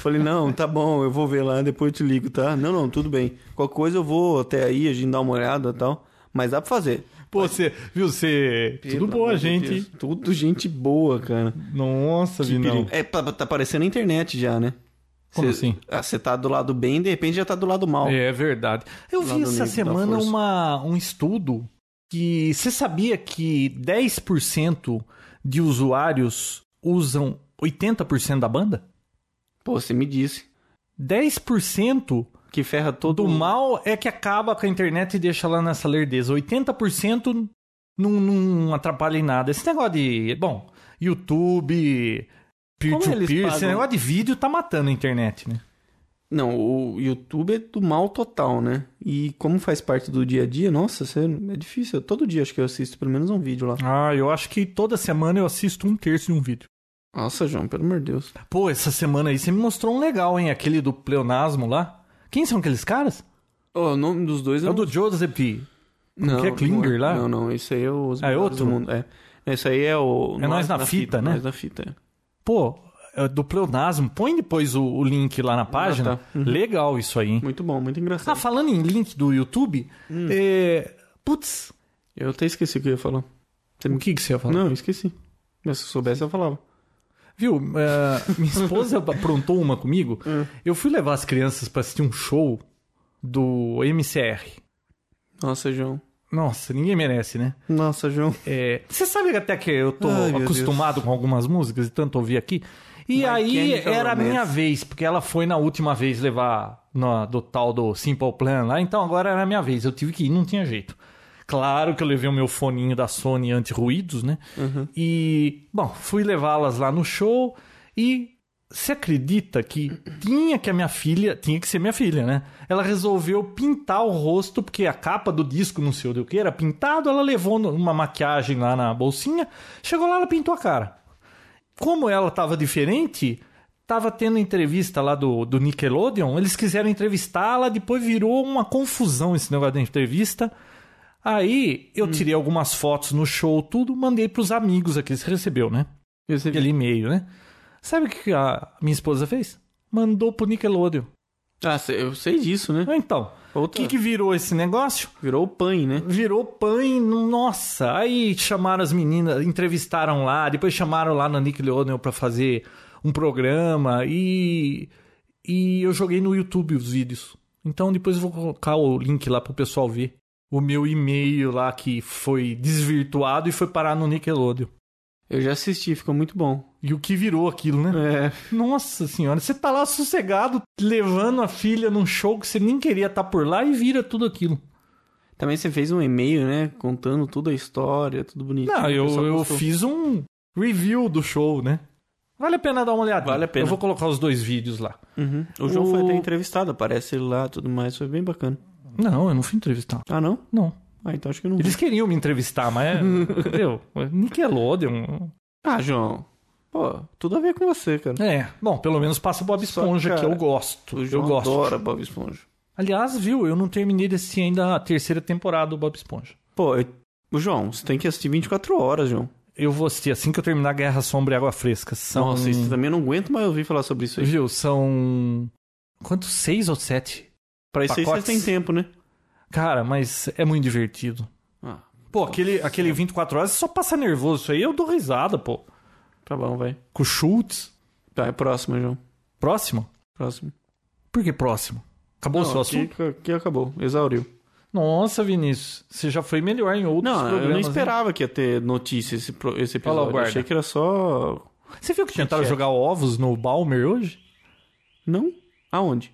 [SPEAKER 1] Falei, não, tá bom, eu vou ver lá, depois eu te ligo, tá? Não, não, tudo bem. Qualquer coisa eu vou até aí, a gente dá uma olhada e tal. Mas dá pra fazer.
[SPEAKER 2] Pô, você, viu, você... Tudo
[SPEAKER 1] Pelo
[SPEAKER 2] boa,
[SPEAKER 1] amor de
[SPEAKER 2] gente.
[SPEAKER 1] Deus, Tudo gente boa, cara.
[SPEAKER 2] Nossa,
[SPEAKER 1] Que
[SPEAKER 2] Vinão.
[SPEAKER 1] perigo. É, tá, tá aparecendo na internet já, né?
[SPEAKER 2] Como
[SPEAKER 1] Cê-
[SPEAKER 2] assim?
[SPEAKER 1] Ah, Você tá do lado bem e de repente já tá do lado mal.
[SPEAKER 2] É verdade. Eu vi
[SPEAKER 1] Lado
[SPEAKER 2] essa
[SPEAKER 1] negro da
[SPEAKER 2] semana
[SPEAKER 1] força.
[SPEAKER 2] uma, um estudo que você sabia que 10% de usuários usam 80% da banda?
[SPEAKER 1] Pô, você me disse.
[SPEAKER 2] 10%
[SPEAKER 1] Que ferra todo
[SPEAKER 2] do
[SPEAKER 1] mundo.
[SPEAKER 2] mal é que acaba com a internet e deixa lá nessa lerdeza. 80% não, não atrapalha em nada. Esse negócio de. Bom, YouTube,
[SPEAKER 1] eles
[SPEAKER 2] peer-to-peer, esse
[SPEAKER 1] pagam?
[SPEAKER 2] negócio de vídeo tá matando a internet, né?
[SPEAKER 1] Não, o YouTube é do mal total, né? E como faz parte do dia a dia, nossa, cê- é difícil. Todo dia acho que eu assisto pelo menos um vídeo lá.
[SPEAKER 2] Ah, eu acho que toda semana eu assisto um terço de um vídeo.
[SPEAKER 1] Nossa, João, pelo amor de Deus.
[SPEAKER 2] Pô, essa semana aí você me mostrou um legal, hein? Aquele do pleonasmo lá. Quem são aqueles caras?
[SPEAKER 1] Ó, o nome dos dois
[SPEAKER 2] É o do Joseph.
[SPEAKER 1] não,
[SPEAKER 2] que é
[SPEAKER 1] não
[SPEAKER 2] Klinger lá?
[SPEAKER 1] Não, não, esse aí é o...
[SPEAKER 2] Ah, é outro?
[SPEAKER 1] do mundo. É. Esse aí é o...
[SPEAKER 2] É Nós na Fita, né?
[SPEAKER 1] Nós na fita.
[SPEAKER 2] Pô, é do pleonasmo. Põe depois o, o link lá na página.
[SPEAKER 1] tá. Uhum.
[SPEAKER 2] Legal isso aí, hein?
[SPEAKER 1] Muito bom, muito
[SPEAKER 2] Ah,
[SPEAKER 1] engraçado.
[SPEAKER 2] falando em link do YouTube,
[SPEAKER 1] Hum.
[SPEAKER 2] é... putz,
[SPEAKER 1] Eu até esqueci o que eu ia falar. Você
[SPEAKER 2] o
[SPEAKER 1] me-
[SPEAKER 2] que, que você ia falar?
[SPEAKER 1] Não, eu esqueci. Mas se eu soubesse, eu falava.
[SPEAKER 2] Viu, é, minha esposa aprontou uma comigo.
[SPEAKER 1] Hum.
[SPEAKER 2] Eu fui levar as crianças pra assistir um show do MCR.
[SPEAKER 1] Nossa, João.
[SPEAKER 2] Nossa, ninguém merece, né?
[SPEAKER 1] Nossa, João.
[SPEAKER 2] É, você sabe até que eu tô
[SPEAKER 1] Ai, meu
[SPEAKER 2] acostumado com algumas músicas e tanto ouvir aqui. E
[SPEAKER 1] My
[SPEAKER 2] aí
[SPEAKER 1] Chemical
[SPEAKER 2] era a
[SPEAKER 1] Romance.
[SPEAKER 2] minha vez, porque ela foi na última vez levar na- do tal do Simple Plan lá, então agora era a minha vez. Eu tive que ir, não tinha jeito. Claro que eu levei o meu foninho da Sony anti-ruídos, né? E, bom, fui levá-las lá no show e você acredita que tinha que a minha filha, tinha que ser minha filha, né? Ela resolveu pintar o rosto, porque a capa do disco, não sei o que, era pintado. Ela levou no- uma maquiagem lá na bolsinha, chegou lá, ela pintou a cara. Como ela tava diferente, tava tendo entrevista lá do, do Nickelodeon, eles quiseram entrevistá-la, depois virou uma confusão esse negócio da entrevista. Aí eu tirei algumas fotos no show, tudo, mandei pros amigos aqui, você recebeu, né?
[SPEAKER 1] Eu sei-
[SPEAKER 2] aquele e-mail, né? Sabe o que a minha esposa fez? Mandou pro Nickelodeon.
[SPEAKER 1] Ah, cê- eu sei disso, né?
[SPEAKER 2] Ah, Então, o
[SPEAKER 1] Outra...
[SPEAKER 2] que, que virou esse negócio?
[SPEAKER 1] Virou o PAN, né?
[SPEAKER 2] Virou pãe, nossa. Aí chamaram as meninas, entrevistaram lá, depois chamaram lá na Nickelodeon pra fazer um programa e e eu joguei no YouTube os vídeos. Então depois eu vou colocar o link lá pro pessoal ver. O meu e-mail lá que foi desvirtuado e foi parar no Nickelodeon.
[SPEAKER 1] Eu já assisti, ficou muito bom.
[SPEAKER 2] E o que virou aquilo, né?
[SPEAKER 1] É.
[SPEAKER 2] Nossa senhora, você tá lá sossegado, levando a filha num show que você nem queria estar por lá e vira tudo aquilo.
[SPEAKER 1] Também você fez um e-mail, né? Contando toda a história, tudo bonitinho.
[SPEAKER 2] Não,
[SPEAKER 1] o
[SPEAKER 2] eu,
[SPEAKER 1] pessoal
[SPEAKER 2] eu
[SPEAKER 1] gostou.
[SPEAKER 2] fiz um review do show, né? Vale a pena dar uma olhada.
[SPEAKER 1] Vale a pena.
[SPEAKER 2] Eu vou colocar os dois vídeos lá.
[SPEAKER 1] Uhum. O João
[SPEAKER 2] O-
[SPEAKER 1] foi até entrevistado, aparece ele lá tudo mais, foi bem bacana.
[SPEAKER 2] Não, eu não fui entrevistar.
[SPEAKER 1] Ah, não?
[SPEAKER 2] Não.
[SPEAKER 1] Ah, então acho que eu não vi.
[SPEAKER 2] Eles queriam me entrevistar, mas. é, Meu, Nickelodeon.
[SPEAKER 1] Ah, João. Pô, tudo a ver com você, cara.
[SPEAKER 2] É. Bom, pelo menos passa o Bob
[SPEAKER 1] Só,
[SPEAKER 2] Esponja, que
[SPEAKER 1] cara,
[SPEAKER 2] eu gosto.
[SPEAKER 1] O
[SPEAKER 2] Eu
[SPEAKER 1] João
[SPEAKER 2] gosto.
[SPEAKER 1] adora Bob Esponja.
[SPEAKER 2] Aliás, viu, eu não terminei de assistir ainda a terceira temporada do Bob Esponja.
[SPEAKER 1] Pô, eu... o João, você tem que assistir 24 horas, João.
[SPEAKER 2] Eu vou assistir assim que eu terminar a Guerra Sombra e Água Fresca. São, um
[SPEAKER 1] Nossa, isso também eu não aguento mais ouvir falar sobre isso aí.
[SPEAKER 2] Viu? São. Quantos? Seis ou sete?
[SPEAKER 1] Pra isso aí você
[SPEAKER 2] pacotes.
[SPEAKER 1] tem tempo, né?
[SPEAKER 2] Cara, mas é muito divertido.
[SPEAKER 1] Ah,
[SPEAKER 2] Pô, aquele, aquele 24 horas só passa nervoso. Isso aí eu dou risada, pô.
[SPEAKER 1] tá bom, vai.
[SPEAKER 2] Com o Schultz.
[SPEAKER 1] Tá, é próximo, João.
[SPEAKER 2] Próximo?
[SPEAKER 1] Próximo.
[SPEAKER 2] Por que próximo? Acabou o seu
[SPEAKER 1] Não, aqui,
[SPEAKER 2] assunto?
[SPEAKER 1] aqui acabou, exauriu.
[SPEAKER 2] Nossa, Vinícius, você já foi melhor em outros
[SPEAKER 1] Não,
[SPEAKER 2] programas.
[SPEAKER 1] eu não
[SPEAKER 2] hein?
[SPEAKER 1] esperava que ia ter notícia esse, pro- esse
[SPEAKER 2] Olha lá o
[SPEAKER 1] episódio.
[SPEAKER 2] guarda.
[SPEAKER 1] Achei que era só.
[SPEAKER 2] Você viu que tentaram
[SPEAKER 1] Chit-chat.
[SPEAKER 2] jogar ovos no Balmer hoje?
[SPEAKER 1] Não? Aonde?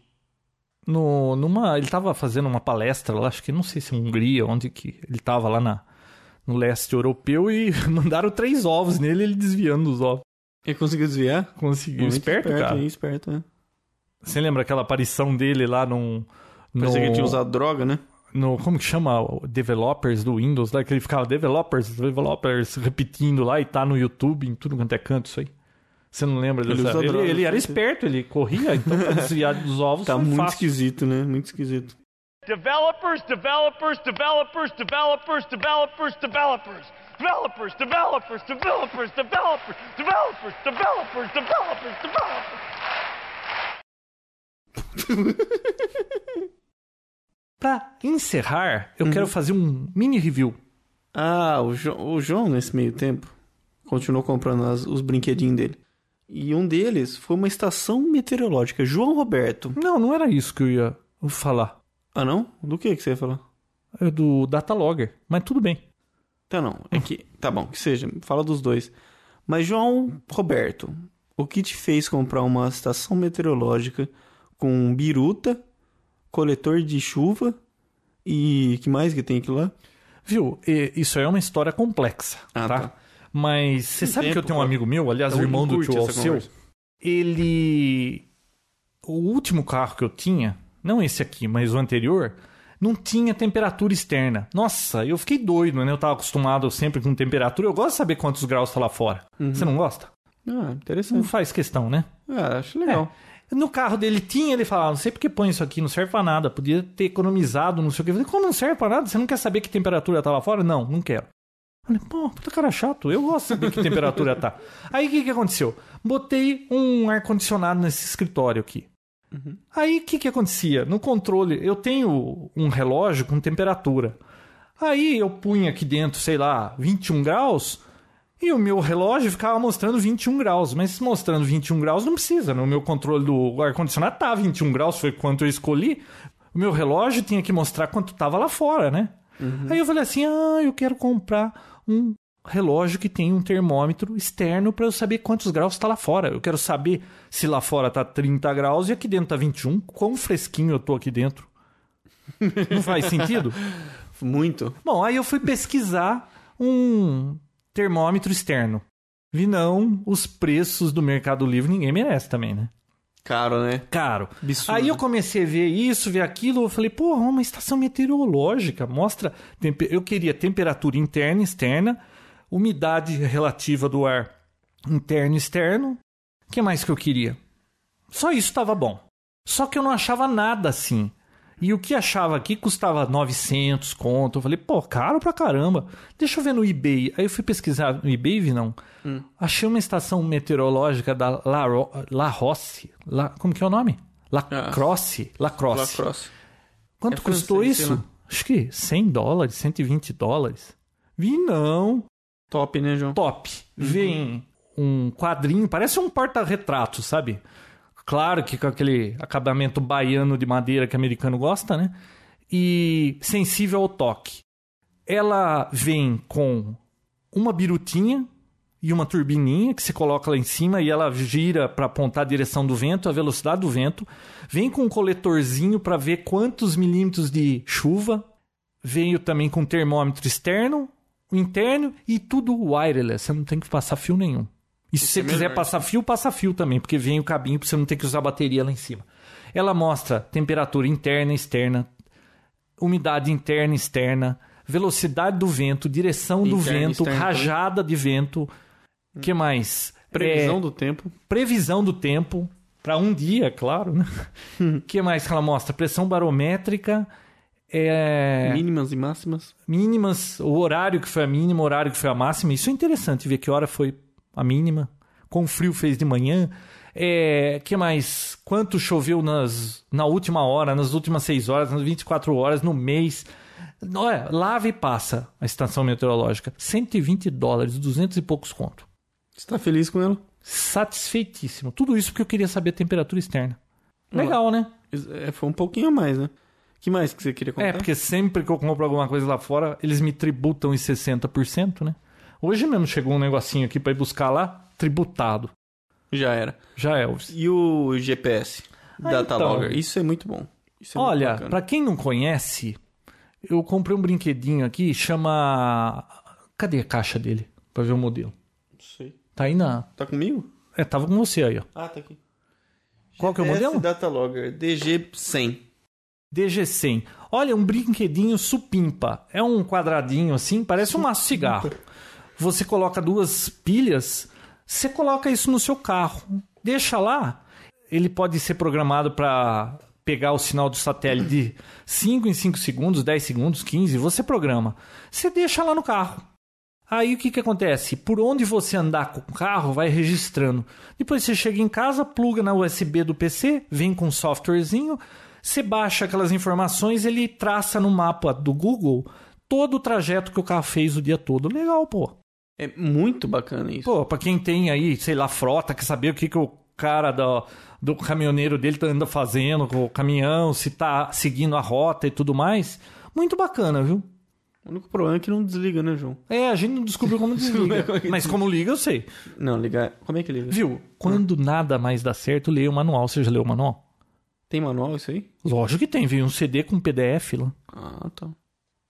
[SPEAKER 2] No, numa, ele tava fazendo uma palestra lá, acho que não sei se em Hungria, onde que ele tava lá na, no leste europeu e mandaram três ovos nele, ele desviando os ovos.
[SPEAKER 1] Ele conseguiu desviar?
[SPEAKER 2] Conseguiu,
[SPEAKER 1] Muito
[SPEAKER 2] esperto, cara.
[SPEAKER 1] hein? Esperto, né?
[SPEAKER 2] Você lembra aquela aparição dele lá num no,
[SPEAKER 1] Parecia que ele tinha usado droga, né?
[SPEAKER 2] no como que chama o developers do Windows, lá que ele ficava developers, developers repetindo lá e tá no YouTube em tudo quanto é canto isso aí. Você não lembra
[SPEAKER 1] Ele
[SPEAKER 2] dessa?
[SPEAKER 1] usa
[SPEAKER 2] Ele,
[SPEAKER 1] drogas,
[SPEAKER 2] ele era
[SPEAKER 1] sim.
[SPEAKER 2] esperto, ele corria, então pra desviar dos ovos
[SPEAKER 1] Tá
[SPEAKER 2] foi
[SPEAKER 1] muito
[SPEAKER 2] fácil.
[SPEAKER 1] esquisito, né? Muito esquisito.
[SPEAKER 3] Developers, developers, developers, developers, developers, developers. Developers, developers, developers, developers, developers, developers, developers, developers.
[SPEAKER 2] Pra encerrar,
[SPEAKER 1] Uhum.
[SPEAKER 2] eu quero fazer um mini review.
[SPEAKER 1] Ah, o, Jo- o João, nesse meio tempo, continuou comprando as- os brinquedinhos dele. E um deles foi uma estação meteorológica. João Roberto.
[SPEAKER 2] Não, não era isso que eu ia falar.
[SPEAKER 1] Ah, não? Do que, que você ia falar?
[SPEAKER 2] É do Datalogger, mas tudo bem.
[SPEAKER 1] Então não, é que. Tá bom, que seja, fala dos dois. Mas, João Roberto, o que te fez comprar uma estação meteorológica com um biruta, coletor de chuva e. que mais que tem aqui lá?
[SPEAKER 2] Viu? E- Isso aí é uma história complexa,
[SPEAKER 1] Ah,
[SPEAKER 2] tá?
[SPEAKER 1] tá.
[SPEAKER 2] Mas você
[SPEAKER 1] Tem
[SPEAKER 2] sabe que eu
[SPEAKER 1] tempo,
[SPEAKER 2] tenho um
[SPEAKER 1] claro.
[SPEAKER 2] amigo meu, aliás,
[SPEAKER 1] Então,
[SPEAKER 2] o irmão do
[SPEAKER 1] curte
[SPEAKER 2] tio
[SPEAKER 1] essa
[SPEAKER 2] Alceu,
[SPEAKER 1] conversa.
[SPEAKER 2] ele... O último carro que eu tinha, não esse aqui, mas o anterior, não tinha temperatura externa. Nossa, eu fiquei doido, né? Eu tava acostumado sempre com temperatura. Eu gosto de saber quantos graus tá lá fora. Você não gosta?
[SPEAKER 1] Ah,
[SPEAKER 2] Não
[SPEAKER 1] interessante.
[SPEAKER 2] faz questão, né?
[SPEAKER 1] Ah, acho legal.
[SPEAKER 2] No carro dele tinha, ele falava, "Ah, não sei porque põe isso aqui, não serve pra nada, podia ter economizado, não sei o que. Eu falei, como não serve pra nada? Você não quer saber que temperatura tá lá fora? Não, não quero. Eu falei, pô, puta cara chato, eu gosto de saber que temperatura tá. Aí o que, que aconteceu? Botei um ar-condicionado nesse escritório aqui. Aí o que, que acontecia? No controle, eu tenho um relógio com temperatura. Aí eu punha aqui dentro, sei lá, 21 graus, e o meu relógio ficava mostrando 21 graus. Mas mostrando 21 graus não precisa. No meu controle do ar-condicionado tá 21 graus, foi quanto eu escolhi. O meu relógio tinha que mostrar quanto tava lá fora, né? Aí eu falei assim: ah, eu quero comprar um relógio que tem um termômetro externo para eu saber quantos graus está lá fora. Eu quero saber se lá fora tá 30 graus e aqui dentro tá 21. Quão fresquinho eu tô aqui dentro. Não faz sentido?
[SPEAKER 1] É. Muito.
[SPEAKER 2] Bom, aí eu fui pesquisar um termômetro externo. Vi não, os preços do Mercado Livre ninguém merece também, né?
[SPEAKER 1] Caro, né?
[SPEAKER 2] Caro.
[SPEAKER 1] Absurdo.
[SPEAKER 2] Aí eu comecei a ver isso, ver aquilo, eu falei, porra, uma estação meteorológica, mostra... tempe- Eu queria temperatura interna e externa, umidade relativa do ar interno e externo. O que mais que eu queria? Só isso estava bom. Só que eu não achava nada assim. E o que achava aqui custava 900 conto. Eu falei, pô, caro pra caramba. Deixa eu ver no eBay. Aí eu fui pesquisar no eBay, vi não.
[SPEAKER 1] Hum.
[SPEAKER 2] Achei uma estação meteorológica da La, Ro- La Rosse. La- como que é o nome? La
[SPEAKER 1] Ah.
[SPEAKER 2] Crosse. La Crosse.
[SPEAKER 1] Lacrosse.
[SPEAKER 2] Quanto
[SPEAKER 1] É francês,
[SPEAKER 2] custou
[SPEAKER 1] sei
[SPEAKER 2] isso?
[SPEAKER 1] lá.
[SPEAKER 2] Acho que 100 dólares, 120 dólares. Vi não
[SPEAKER 1] Top, né, João?
[SPEAKER 2] top. Vem um quadrinho, parece um porta-retrato, sabe? Claro que com aquele acabamento baiano de madeira que americano gosta, né? E sensível ao toque. Ela vem com uma birutinha e uma turbininha que se coloca lá em cima e ela gira para apontar a direção do vento, a velocidade do vento. Vem com um coletorzinho para ver quantos milímetros de chuva. Veio também com um termômetro externo, o interno e tudo wireless. Você não tem que passar fio nenhum. E se você quiser
[SPEAKER 1] é melhor.
[SPEAKER 2] passar fio, passa fio também, porque vem o cabinho para você não ter que usar bateria lá em cima. Ela mostra temperatura interna, externa, umidade interna e externa, velocidade do vento, direção do
[SPEAKER 1] Interna e
[SPEAKER 2] vento,
[SPEAKER 1] externa também.
[SPEAKER 2] rajada de vento. que mais?
[SPEAKER 1] Previsão
[SPEAKER 2] É,
[SPEAKER 1] do tempo.
[SPEAKER 2] previsão do tempo para um dia, claro, né? que mais que ela mostra? Pressão barométrica, é,
[SPEAKER 1] Mínimas e máximas.
[SPEAKER 2] mínimas, o horário que foi a mínima, o horário que foi a máxima. Isso é interessante ver que hora foi a mínima, quão frio fez de manhã. É, que mais? Quanto choveu nas, na última hora, nas últimas 6 horas, nas 24 horas, no mês. Olha, lava e passa a estação meteorológica. 120 dólares, 200 e poucos conto.
[SPEAKER 1] Você tá feliz com ela?
[SPEAKER 2] Satisfeitíssimo. Tudo isso porque eu queria saber a temperatura externa. Legal, né?
[SPEAKER 1] É, foi um pouquinho a mais, né? que mais que você queria contar?
[SPEAKER 2] É, porque sempre que eu compro alguma coisa lá fora, eles me tributam em 60%, né? Hoje mesmo chegou um negocinho aqui pra ir buscar lá, tributado.
[SPEAKER 1] Já era.
[SPEAKER 2] Já, Elvis.
[SPEAKER 1] E o GPS?
[SPEAKER 2] Ah,
[SPEAKER 1] Data
[SPEAKER 2] então.
[SPEAKER 1] Logger. Isso é muito bom. Isso é muito
[SPEAKER 2] Olha,
[SPEAKER 1] bacana.
[SPEAKER 2] pra quem não conhece, eu comprei um brinquedinho aqui, chama... Cadê a caixa dele? Pra ver o modelo.
[SPEAKER 1] Não sei.
[SPEAKER 2] Tá aí na...
[SPEAKER 1] Tá comigo?
[SPEAKER 2] É, tava com você aí, ó.
[SPEAKER 1] Ah, tá aqui.
[SPEAKER 2] Qual que é o
[SPEAKER 1] GPS
[SPEAKER 2] modelo?
[SPEAKER 1] Data Logger DG100.
[SPEAKER 2] DG100. Olha, um brinquedinho supimpa. É um quadradinho assim, parece um maço de cigarro. Você coloca duas pilhas, você coloca isso no seu carro, deixa lá. Ele pode ser programado para pegar o sinal do satélite de 5 em 5 segundos, 10 segundos, 15, você programa. Você deixa lá no carro. Aí o que, que acontece? Por onde você andar com o carro, vai registrando. Depois você chega em casa, pluga na USB do PC, vem com um softwarezinho, você baixa aquelas informações, ele traça no mapa do Google todo o trajeto que o carro fez o dia todo. Legal, pô.
[SPEAKER 1] É muito bacana isso.
[SPEAKER 2] Pô, pra quem tem aí, sei lá, frota, quer saber o que, que o cara do, do caminhoneiro dele tá anda fazendo com o caminhão, se tá seguindo a rota e tudo mais. Muito bacana, viu?
[SPEAKER 1] O único problema é que não desliga, né, João?
[SPEAKER 2] É, a gente não descobriu como desliga.
[SPEAKER 1] Como é que
[SPEAKER 2] mas como liga, eu sei.
[SPEAKER 1] Não, ligar. Como é que liga?
[SPEAKER 2] Viu? Quando
[SPEAKER 1] Ah.
[SPEAKER 2] nada mais dá certo, leia o manual. Você já leu o manual?
[SPEAKER 1] Tem manual isso aí?
[SPEAKER 2] Lógico que tem, veio um CD com PDF lá.
[SPEAKER 1] Ah, tá.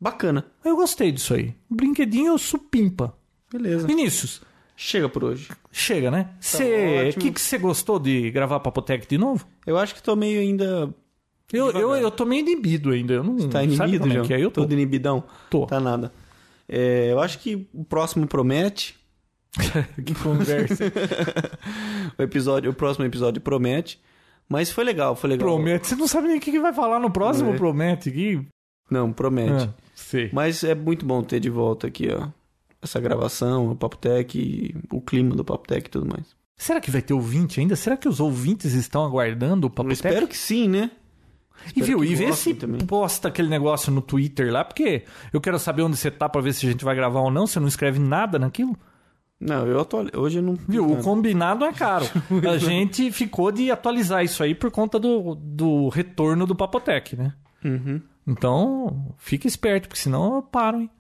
[SPEAKER 1] Bacana.
[SPEAKER 2] Eu gostei disso aí. Um brinquedinho supimpa.
[SPEAKER 1] Beleza.
[SPEAKER 2] Vinícius,
[SPEAKER 1] Chega por hoje.
[SPEAKER 2] chega, né? Você.
[SPEAKER 1] Tá ótimo.
[SPEAKER 2] que que você gostou de gravar Papotec de novo?
[SPEAKER 1] Eu acho que tô meio ainda.
[SPEAKER 2] Eu, eu, eu tô meio inibido ainda. Eu não
[SPEAKER 1] Tá
[SPEAKER 2] sabe
[SPEAKER 1] inibido,
[SPEAKER 2] como é
[SPEAKER 1] João?
[SPEAKER 2] que é? Eu tô.
[SPEAKER 1] Todo inibidão?
[SPEAKER 2] Tô.
[SPEAKER 1] Tá nada. É, eu acho que o próximo promete.
[SPEAKER 2] que conversa.
[SPEAKER 1] O, episódio, o próximo episódio promete. Mas foi legal, foi legal.
[SPEAKER 2] promete. Você não sabe nem o que que vai falar no próximo,
[SPEAKER 1] É.
[SPEAKER 2] promete. Que...
[SPEAKER 1] Não, promete.
[SPEAKER 2] Ah, sei.
[SPEAKER 1] Mas é muito bom ter de volta aqui, ó. Essa gravação, o Papotec, o clima do Papotec e tudo mais.
[SPEAKER 2] Será que vai ter ouvinte ainda? Será que os ouvintes estão aguardando
[SPEAKER 1] Eu
[SPEAKER 2] o Papotec?
[SPEAKER 1] espero que sim, né?
[SPEAKER 2] E viu,
[SPEAKER 1] que
[SPEAKER 2] e vê
[SPEAKER 1] gostem
[SPEAKER 2] se
[SPEAKER 1] também.
[SPEAKER 2] posta aquele negócio no Twitter lá, porque eu quero saber onde você tá pra ver se a gente vai gravar ou não. Você não escreve nada naquilo.
[SPEAKER 1] Não, eu atual... hoje eu não.
[SPEAKER 2] Viu, o
[SPEAKER 1] não.
[SPEAKER 2] combinado é caro. a gente ficou de atualizar isso aí por conta do, do retorno do Papotec, né?
[SPEAKER 1] Uhum.
[SPEAKER 2] Então, fica esperto, porque senão eu paro, hein?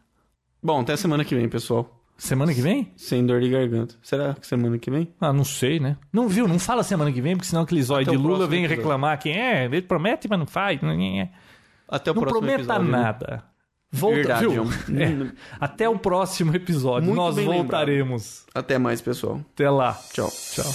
[SPEAKER 1] Bom, até semana que vem, pessoal.
[SPEAKER 2] Semana que vem?
[SPEAKER 1] Sem dor de garganta. Será que semana que vem?
[SPEAKER 2] Ah, não sei, né? Não viu? Não fala semana que vem, porque senão aquele zóio
[SPEAKER 1] Até
[SPEAKER 2] de
[SPEAKER 1] o
[SPEAKER 2] Lula
[SPEAKER 1] próximo
[SPEAKER 2] vem
[SPEAKER 1] episódio.
[SPEAKER 2] reclamar que é, ele promete, mas não faz. Não
[SPEAKER 1] Até o próximo
[SPEAKER 2] prometa
[SPEAKER 1] episódio. né?
[SPEAKER 2] nada. Volta,
[SPEAKER 1] Verdade,
[SPEAKER 2] viu?
[SPEAKER 1] João.
[SPEAKER 2] É. Até o próximo episódio.
[SPEAKER 1] Muito
[SPEAKER 2] Nós
[SPEAKER 1] bem lembrado.
[SPEAKER 2] voltaremos.
[SPEAKER 1] Até mais, pessoal.
[SPEAKER 2] Até lá.
[SPEAKER 1] Tchau.
[SPEAKER 2] Tchau.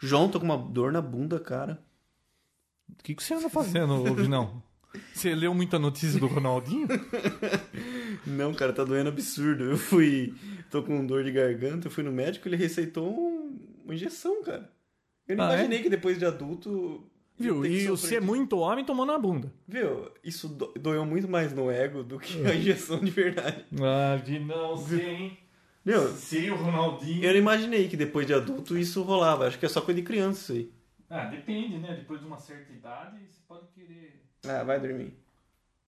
[SPEAKER 1] João, tô com uma dor na bunda, cara.
[SPEAKER 2] O que, que você anda fazendo, Vinão? Você leu muita notícia do Ronaldinho?
[SPEAKER 1] Não, cara, tá doendo absurdo. Eu fui. Tô com dor de garganta, eu fui no médico ele receitou um- uma injeção, cara. Eu não
[SPEAKER 2] Ah, é?
[SPEAKER 1] imaginei que depois de adulto.
[SPEAKER 2] Viu?
[SPEAKER 1] tem que
[SPEAKER 2] E
[SPEAKER 1] sofrer
[SPEAKER 2] você é
[SPEAKER 1] disso.
[SPEAKER 2] muito homem tomando na bunda.
[SPEAKER 1] Viu? Isso do- doeu muito mais no ego do que
[SPEAKER 2] É.
[SPEAKER 1] a injeção de verdade.
[SPEAKER 2] Ah, Vinão, sim.
[SPEAKER 1] Meu,
[SPEAKER 2] Sim, o Ronaldinho.
[SPEAKER 1] eu não imaginei que depois de adulto isso rolava. Acho que é só coisa de criança isso aí.
[SPEAKER 2] Ah, depende, né? Depois de uma certa idade, você pode querer.
[SPEAKER 1] Ah, vai dormir.